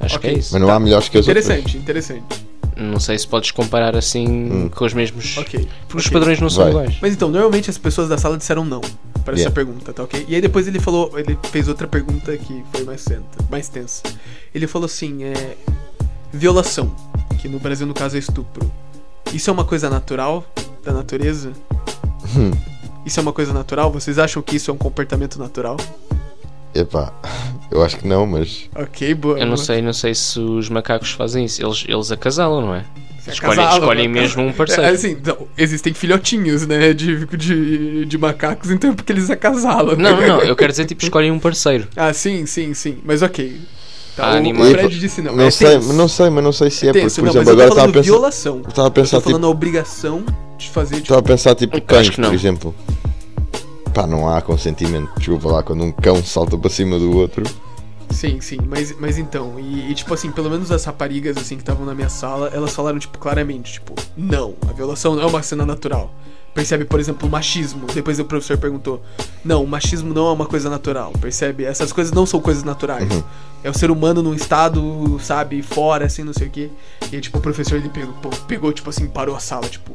Acho Ok. que é isso. Mas não há melhores que as outras. Interessante, interessante. Não sei se podes comparar assim com os mesmos. Ok. Porque os ok. padrões não são Vai. iguais. Mas então, normalmente as pessoas da sala disseram não para essa Yeah. pergunta, tá ok? E aí depois ele falou, ele fez outra pergunta que foi mais, tenta, mais tensa. Ele falou assim, é. Violação, que no Brasil no caso é estupro. Isso é uma coisa natural da natureza? Hum. Isso é uma coisa natural? Vocês acham que isso é um comportamento natural? Epá, eu acho que não, mas. Ok, boa. Eu não boa. sei, não sei se os macacos fazem isso. Eles, eles acasalam, não é? Se Escolhem, acasalam, escolhem né? mesmo um É, parceiro. assim, não, existem filhotinhos, né, de, de, de macacos, então é porque eles acasalam. Não, não, não. Eu quero dizer, tipo, escolhem um parceiro. Ah, sim, sim, sim. Mas ok. Ah, Tá, o- animal. o Fred disse não. é sei, tenso. não sei, mas não sei se é, É porque, tenso, por não, exemplo, mas agora eu tô estava a falando pensar. violação. Estava a Eu pensar, tô falando tipo, a obrigação de fazer, tipo, estava a pensar tipo Eu acho cães, que não. por exemplo. Pá, não há consentimento. Desculpa lá, quando um cão salta para cima do outro. Sim, sim, mas, mas então, e, e, tipo assim, pelo menos as raparigas assim que estavam na minha sala, elas falaram, tipo, claramente, tipo, não, a violação não é uma cena natural. Percebe, por exemplo, o machismo. Depois o professor perguntou: Não, o machismo não é uma coisa natural, percebe? Essas coisas não são coisas naturais. Uhum. É o ser humano num estado, sabe, fora, assim, não sei o quê. E aí, tipo, o professor ele pegou, pô, pegou, tipo assim, parou a sala, tipo,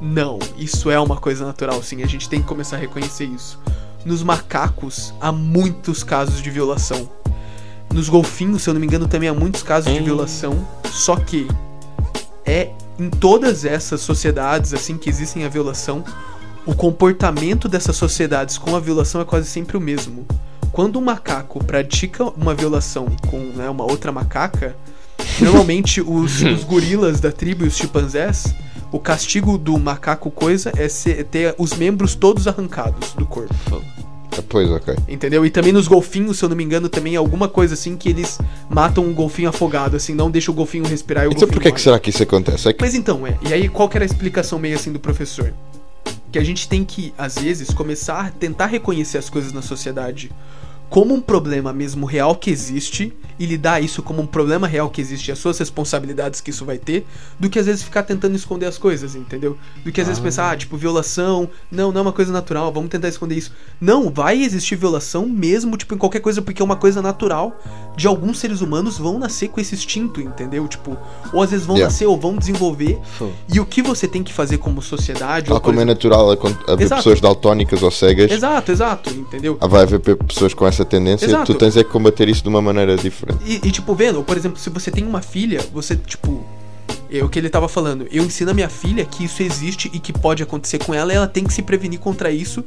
não, isso é uma coisa natural, sim, a gente tem que começar a reconhecer isso. Nos macacos, há muitos casos de violação. Nos golfinhos, se eu não me engano, também há muitos casos de Hum. violação. Só que é em todas essas sociedades assim que existem a violação, o comportamento dessas sociedades com a violação é quase sempre o mesmo. Quando um macaco pratica uma violação com né, uma outra macaca, normalmente os, os gorilas da tribo e os chimpanzés, o castigo do macaco coisa é ser- ter os membros todos arrancados do corpo. Ah, Pois, ok. Entendeu? E também nos golfinhos, se eu não me engano, também é alguma coisa assim que eles matam um golfinho afogado, assim, não deixa o golfinho respirar e o Então golfinho porquê é morre. que será que isso acontece? É que... Mas então, é. E aí, qual que era a explicação meio assim do professor? Que a gente tem que, às vezes, começar a tentar reconhecer as coisas na sociedade como um problema mesmo real que existe e lidar isso como um problema real que existe e as suas responsabilidades que isso vai ter, do que às vezes ficar tentando esconder as coisas, entendeu? Do que às vezes pensar, ah, tipo, violação, não, não é uma coisa natural, vamos tentar esconder isso. Não, vai existir violação mesmo, tipo, em qualquer coisa, porque é uma coisa natural de alguns seres humanos vão nascer com esse instinto, entendeu? Tipo, ou às vezes vão Yeah. nascer ou vão desenvolver Fogo. e o que você tem que fazer como sociedade. Tal ou por como é exemplo- natural acon- haver Exato. pessoas daltónicas ou cegas, Exato, exato, entendeu? ah, vai haver pe- pessoas com essa tendência. Exato. Tu tens é que combater isso de uma maneira diferente. E, e, tipo, vendo, por exemplo, se você tem uma filha, você, tipo. É o que ele tava falando. Eu ensino a minha filha que isso existe e que pode acontecer com ela, e ela tem que se prevenir contra isso,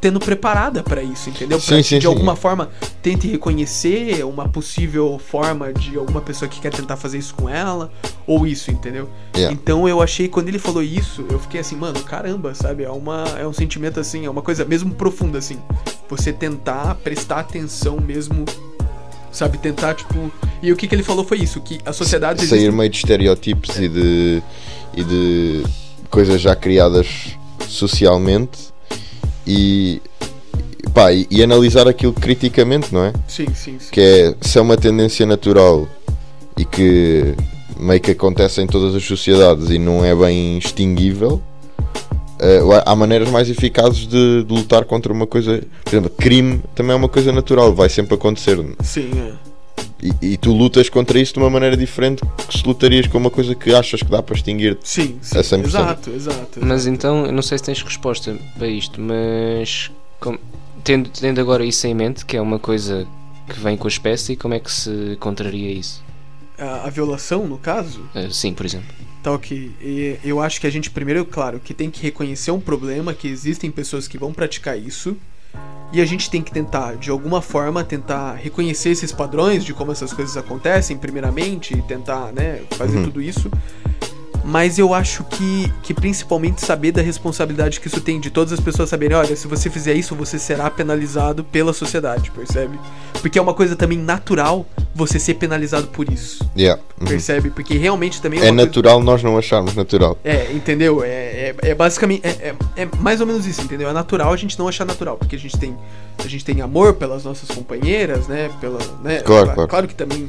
tendo preparada pra isso, entendeu? Pra Sim, que sim, de sim. alguma forma tente reconhecer uma possível forma de alguma pessoa que quer tentar fazer isso com ela, ou isso, entendeu? Yeah. Então eu achei, quando ele falou isso, eu fiquei assim, mano, caramba, sabe? É, uma, é um sentimento assim, é uma coisa mesmo profunda, assim. Você tentar prestar atenção mesmo, sabe? Tentar, tipo. E o que, que ele falou foi isso, que a sociedade. Sair existe- meio de estereótipos e de. e de coisas já criadas socialmente e. pá, e, e analisar aquilo criticamente, não é? Sim, sim, sim. que é se é uma tendência natural e que meio que acontece em todas as sociedades e não é bem extinguível, eh, há- há maneiras mais eficazes de, de lutar contra uma coisa. Por exemplo, crime também é uma coisa natural, vai sempre acontecer. Sim, é. E, e tu lutas contra isso de uma maneira diferente que se lutarias com uma coisa que achas que dá para extinguir. Sim, sim. É 100%. exato, exato. Mas então, eu não sei se tens resposta para isto, mas com- tendo, tendo agora isso em mente, que é uma coisa que vem com a espécie, como é que se contraria isso? A, a violação, no caso, Ah, sim, por exemplo. tal que. e eu acho que a gente, primeiro, claro, que tem que reconhecer um problema, que existem pessoas que vão praticar isso. E a gente tem que tentar, de alguma forma, tentar reconhecer esses padrões de como essas coisas acontecem, primeiramente, e tentar, né, fazer Uhum. tudo isso. Mas eu acho que, que principalmente saber da responsabilidade que isso tem, de todas as pessoas saberem, olha, se você fizer isso, você será penalizado pela sociedade, percebe? Porque é uma coisa também natural você ser penalizado por isso, Yeah. Uhum. percebe? Porque realmente também É uma coisa- natural nós não acharmos natural. é, entendeu? É, é, é basicamente. É, é, é mais ou menos isso, entendeu? É natural a gente não achar natural, porque a gente tem, a gente tem amor pelas nossas companheiras, né? Pela, né? Claro, claro. que também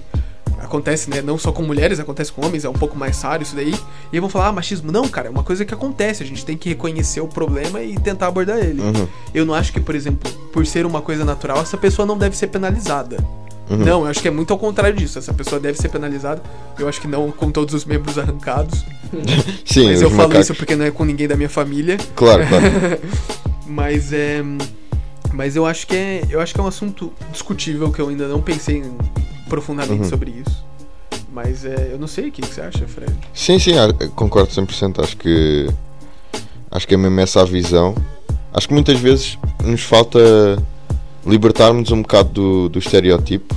acontece, né? Não só com mulheres, acontece com homens, é um pouco mais raro isso daí. E aí vão falar, ah, machismo. Não, cara, é uma coisa que acontece. A gente tem que reconhecer o problema e tentar abordar ele. Uhum. Eu não acho que, por exemplo, por ser uma coisa natural, essa pessoa não deve ser penalizada. Uhum. Não, eu acho que é muito ao contrário disso. Essa pessoa deve ser penalizada. Eu acho que não com todos os membros arrancados. Sim, Mas os eu falo macacos. isso porque não é com ninguém da minha família. Claro, claro. Mas é. Mas eu acho que é. Eu acho que é um assunto discutível que eu ainda não pensei em- profundamente Uhum. sobre isso. Mas é. Eu não sei o que, que você acha, Fred. Sim, sim, a- concordo 100%. Acho que acho que é mesmo essa a visão. Acho que muitas vezes nos falta libertarmos um bocado do, do estereotipo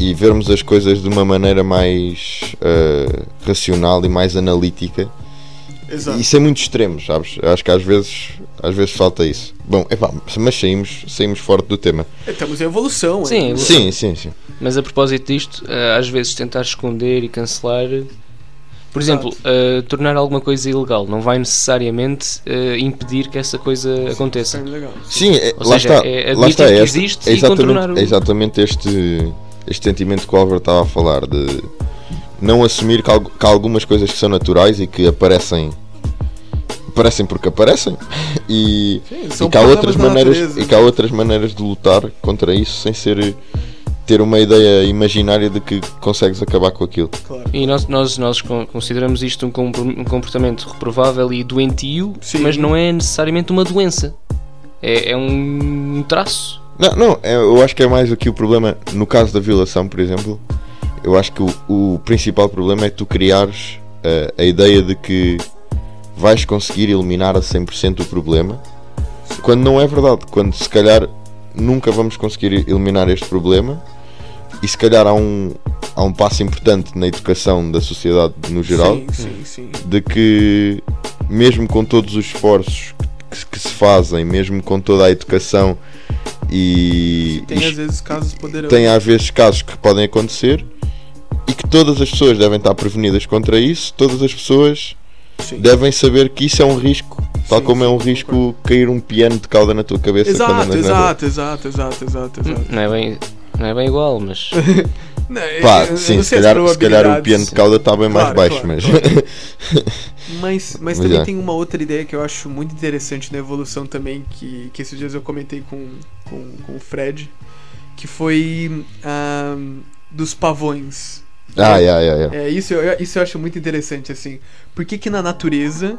e vermos as coisas de uma maneira mais eh, racional e mais analítica. Exato. Isso é muito extremo, sabes? Acho que às vezes, às vezes falta isso. Bom, epá, mas saímos, saímos forte do tema. É, Estamos em evolução, Sim, hein? evolução. Sim, sim, sim. Mas a propósito disto, ah, às vezes tentar esconder e cancelar Por exemplo, eh, tornar alguma coisa ilegal não vai necessariamente eh, impedir que essa coisa aconteça. Super legal. Sim, é- Ou lá seja, está. é lá admitir está que é esta- existe é e contornar exatamente, o- é exatamente este, este sentimento que o Álvaro estava a falar de não assumir que, algu- que há algumas coisas que são naturais e que aparecem aparecem porque aparecem e, Sim, e são que há problemas outras da maneiras natureza. e que há outras maneiras de lutar contra isso sem ser ter uma ideia imaginária de que consegues acabar com aquilo. Claro. E nós, nós, nós con- consideramos isto um, compro- um comportamento reprovável e doentio, Sim. mas não é necessariamente uma doença. É, é um traço. Não, não, é- eu acho que é mais aqui o problema. No caso da violação, por exemplo, eu acho que o, o principal problema é tu criares eh, a ideia de que vais conseguir eliminar a 100% o problema, quando não é verdade. Quando se calhar nunca vamos conseguir eliminar este problema, e se calhar há um, há um passo importante na educação da sociedade no geral Sim, Hum. sim, sim. de que mesmo com todos os esforços que, que se fazem, mesmo com toda a educação e, Tem e às vezes casos poderosos. tem às vezes casos que podem acontecer e que todas as pessoas devem estar prevenidas contra isso, todas as pessoas Sim. devem saber que isso é um risco, tal Sim, como é sim, um risco cair um piano de cauda na tua cabeça quando Exato, andas na rua. exato, exato, exato, exato, exato. Não é bem, não é bem igual, mas. Não, eu- Né, eu Pá, sim, não sei se as calhar, se calhar o probabilidades, piano de cauda está bem mais Claro, baixo, claro, mas Mas, mas Mas também é. tem uma outra ideia que eu acho muito interessante na evolução também, que, que esses dias eu comentei com, com, com o Fred, que foi ah, dos pavões. ah, yeah, yeah, yeah. É, isso, eu- isso eu acho muito interessante, assim. Por que que na natureza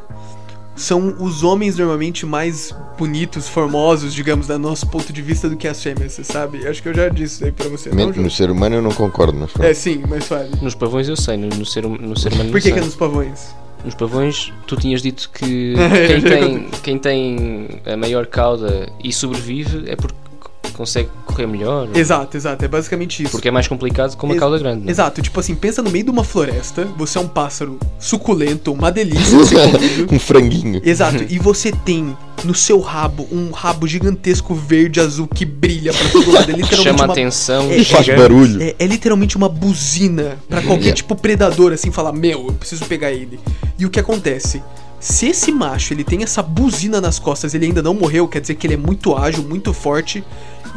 são os homens normalmente mais bonitos, formosos, digamos, do nosso ponto de vista do que as fêmeas, você sabe? Eu acho que eu já disse isso aí pra você. não, Men- Ju? no ser humano eu não concordo, mas pronto. É, sim, mas sabe. Nos pavões eu sei, no, no ser, hum- no ser humano Por que não que é sei. nos pavões? Nos pavões tu tinhas dito que Eu quem já tem, quem tem a maior cauda e sobrevive é porque c- consegue correr melhor. Exato, exato, é basicamente isso. Porque é mais complicado com uma Ex- cauda grande. não é? Exato, tipo assim, pensa no meio de uma floresta, você é um pássaro suculento, uma delícia de ser comido. Um franguinho. Exato, e você tem no seu rabo um rabo gigantesco verde azul que brilha pra todo lado. É literalmente Chama a uma... atenção. É, E faz gigante. barulho. É, é literalmente uma buzina pra qualquer Yeah. tipo predador, assim, falar, meu, eu preciso pegar ele. E o que acontece? Se esse macho, ele tem essa buzina nas costas, ele ainda não morreu, quer dizer que ele é muito ágil, muito forte,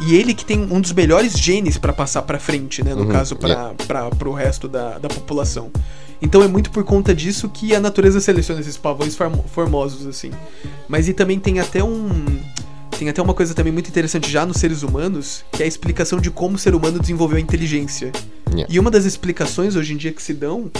e ele que tem um dos melhores genes pra passar pra frente, né, no Uhum, caso, pra, pra, pro resto da, da população. Então é muito por conta disso que a natureza seleciona esses pavões formo- formosos, assim. Mas e também tem até um. Tem até uma coisa também muito interessante já nos seres humanos, que é a explicação de como o ser humano desenvolveu a inteligência. Yeah. E uma das explicações hoje em dia que se dão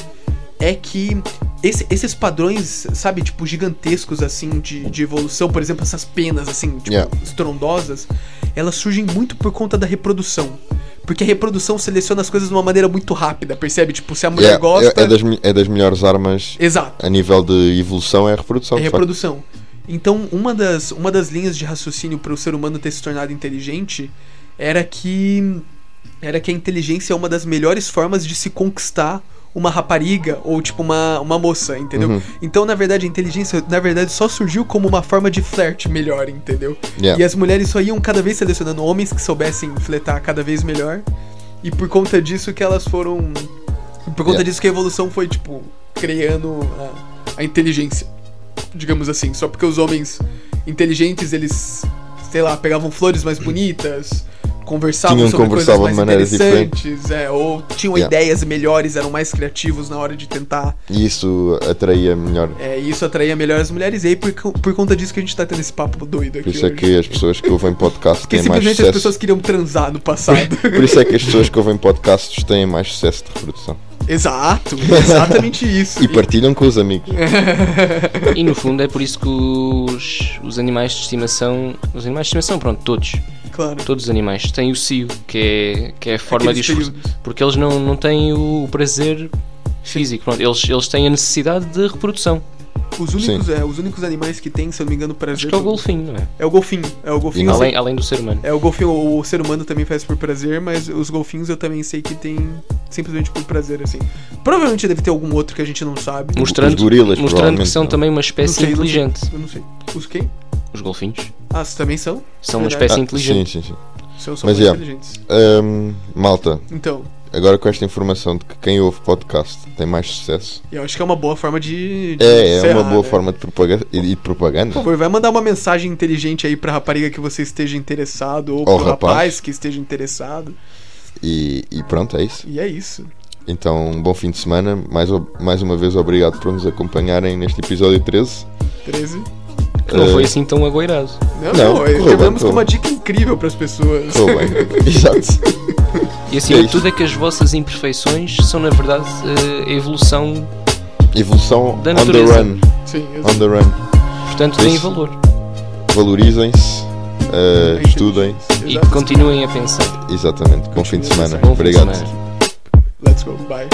é que esse- esses padrões, sabe, tipo, gigantescos, assim, de, de evolução, por exemplo, essas penas, assim, tipo, Yeah. estrondosas, elas surgem muito por conta da reprodução. Porque a reprodução seleciona as coisas de uma maneira muito rápida, percebe? Tipo, se a mulher Yeah, gosta. é, é das, mi- é das melhores armas Exato. a nível de evolução, é a reprodução. É de facto. reprodução. Então, uma das, uma das linhas de raciocínio para o ser humano ter se tornado inteligente era que era que a inteligência é uma das melhores formas de se conquistar uma rapariga ou tipo uma, uma moça, entendeu? Uhum. Então, na verdade, a inteligência, na verdade, só surgiu como uma forma de flerte melhor, entendeu? Yeah. E as mulheres só iam cada vez selecionando homens que soubessem fletar cada vez melhor. E por conta disso que elas foram. Por conta Yeah. disso que a evolução foi, tipo, criando a, a inteligência. Digamos assim. Só porque os homens inteligentes, eles, sei lá, pegavam flores mais bonitas, conversavam Tinham- sobre conversavam de coisas mais maneiras interessantes, é, ou tinham Yeah. ideias melhores, eram mais criativos na hora de tentar. E isso atraía melhor. É, e isso atraía melhor as mulheres. E aí, por, co- por conta disso que a gente tá tendo esse papo doido aqui. Por isso é hoje. que as pessoas que ouvem podcast Porque têm mais simplesmente sucesso. as pessoas queriam transar no passado. Por isso é que as pessoas que ouvem podcasts têm mais sucesso de reprodução. Exato, exatamente isso. E partilham com os amigos. E no fundo é por isso que os, os animais de estimação. Os animais de estimação, pronto, todos. claro. Todos os animais têm o cio, que é, que é a forma Aqueles de esforço. períodos. Porque eles não, não têm o, o prazer físico. Pronto, eles, eles têm a necessidade de reprodução. Os únicos, é, os únicos animais que tem, se eu não me engano, prazer. Acho que é o são- golfinho, não é? É o golfinho. É o golfinho. não- eu sei- Além, além do ser humano. É o golfinho, o ser humano também faz por prazer, mas os golfinhos eu também sei que tem simplesmente por prazer, assim. Provavelmente deve ter algum outro que a gente não sabe. Mostrando, Os gorilas, mostrando que provavelmente, são não. também uma Não espécie sei, não sei. inteligente. Eu não sei. Os quem? Os golfinhos Ah, vocês também são? são uma Verdade. espécie Ah, inteligente. Sim, sim, sim. São, são Mas mais é. inteligentes. Ahm, malta, Então, agora com esta informação de que quem ouve podcast tem mais sucesso, Eu acho que é uma boa forma de. de é, é encerrar, uma boa né? forma de propaganda. E, e de Por propaganda. favor, vai mandar uma mensagem inteligente aí pra rapariga que você esteja interessado ou Ó, pro rapaz. rapaz. que esteja interessado. E, e pronto, é isso. E é isso. Então, um bom fim de semana. Mais, o- mais uma vez, obrigado por nos acompanharem neste episódio 13. 13. Que não Eh, foi assim tão agoirado. Não, Não, não, correu bem, terminamos com correu uma bem. dica incrível pras pessoas. Estou bem. Exato. E É acima de isso. tudo é que as vossas imperfeições são na verdade eh, a evolução, Evolução on Da the natureza. run. Sim, eu On the run. portanto É deem isso. valor Valorizem-se. eh, Bem, estudem. e Exato. continuem a pensar. Exatamente. Bom fim de Continua semana. Bom fim de Obrigado. semana. Let's go, bye.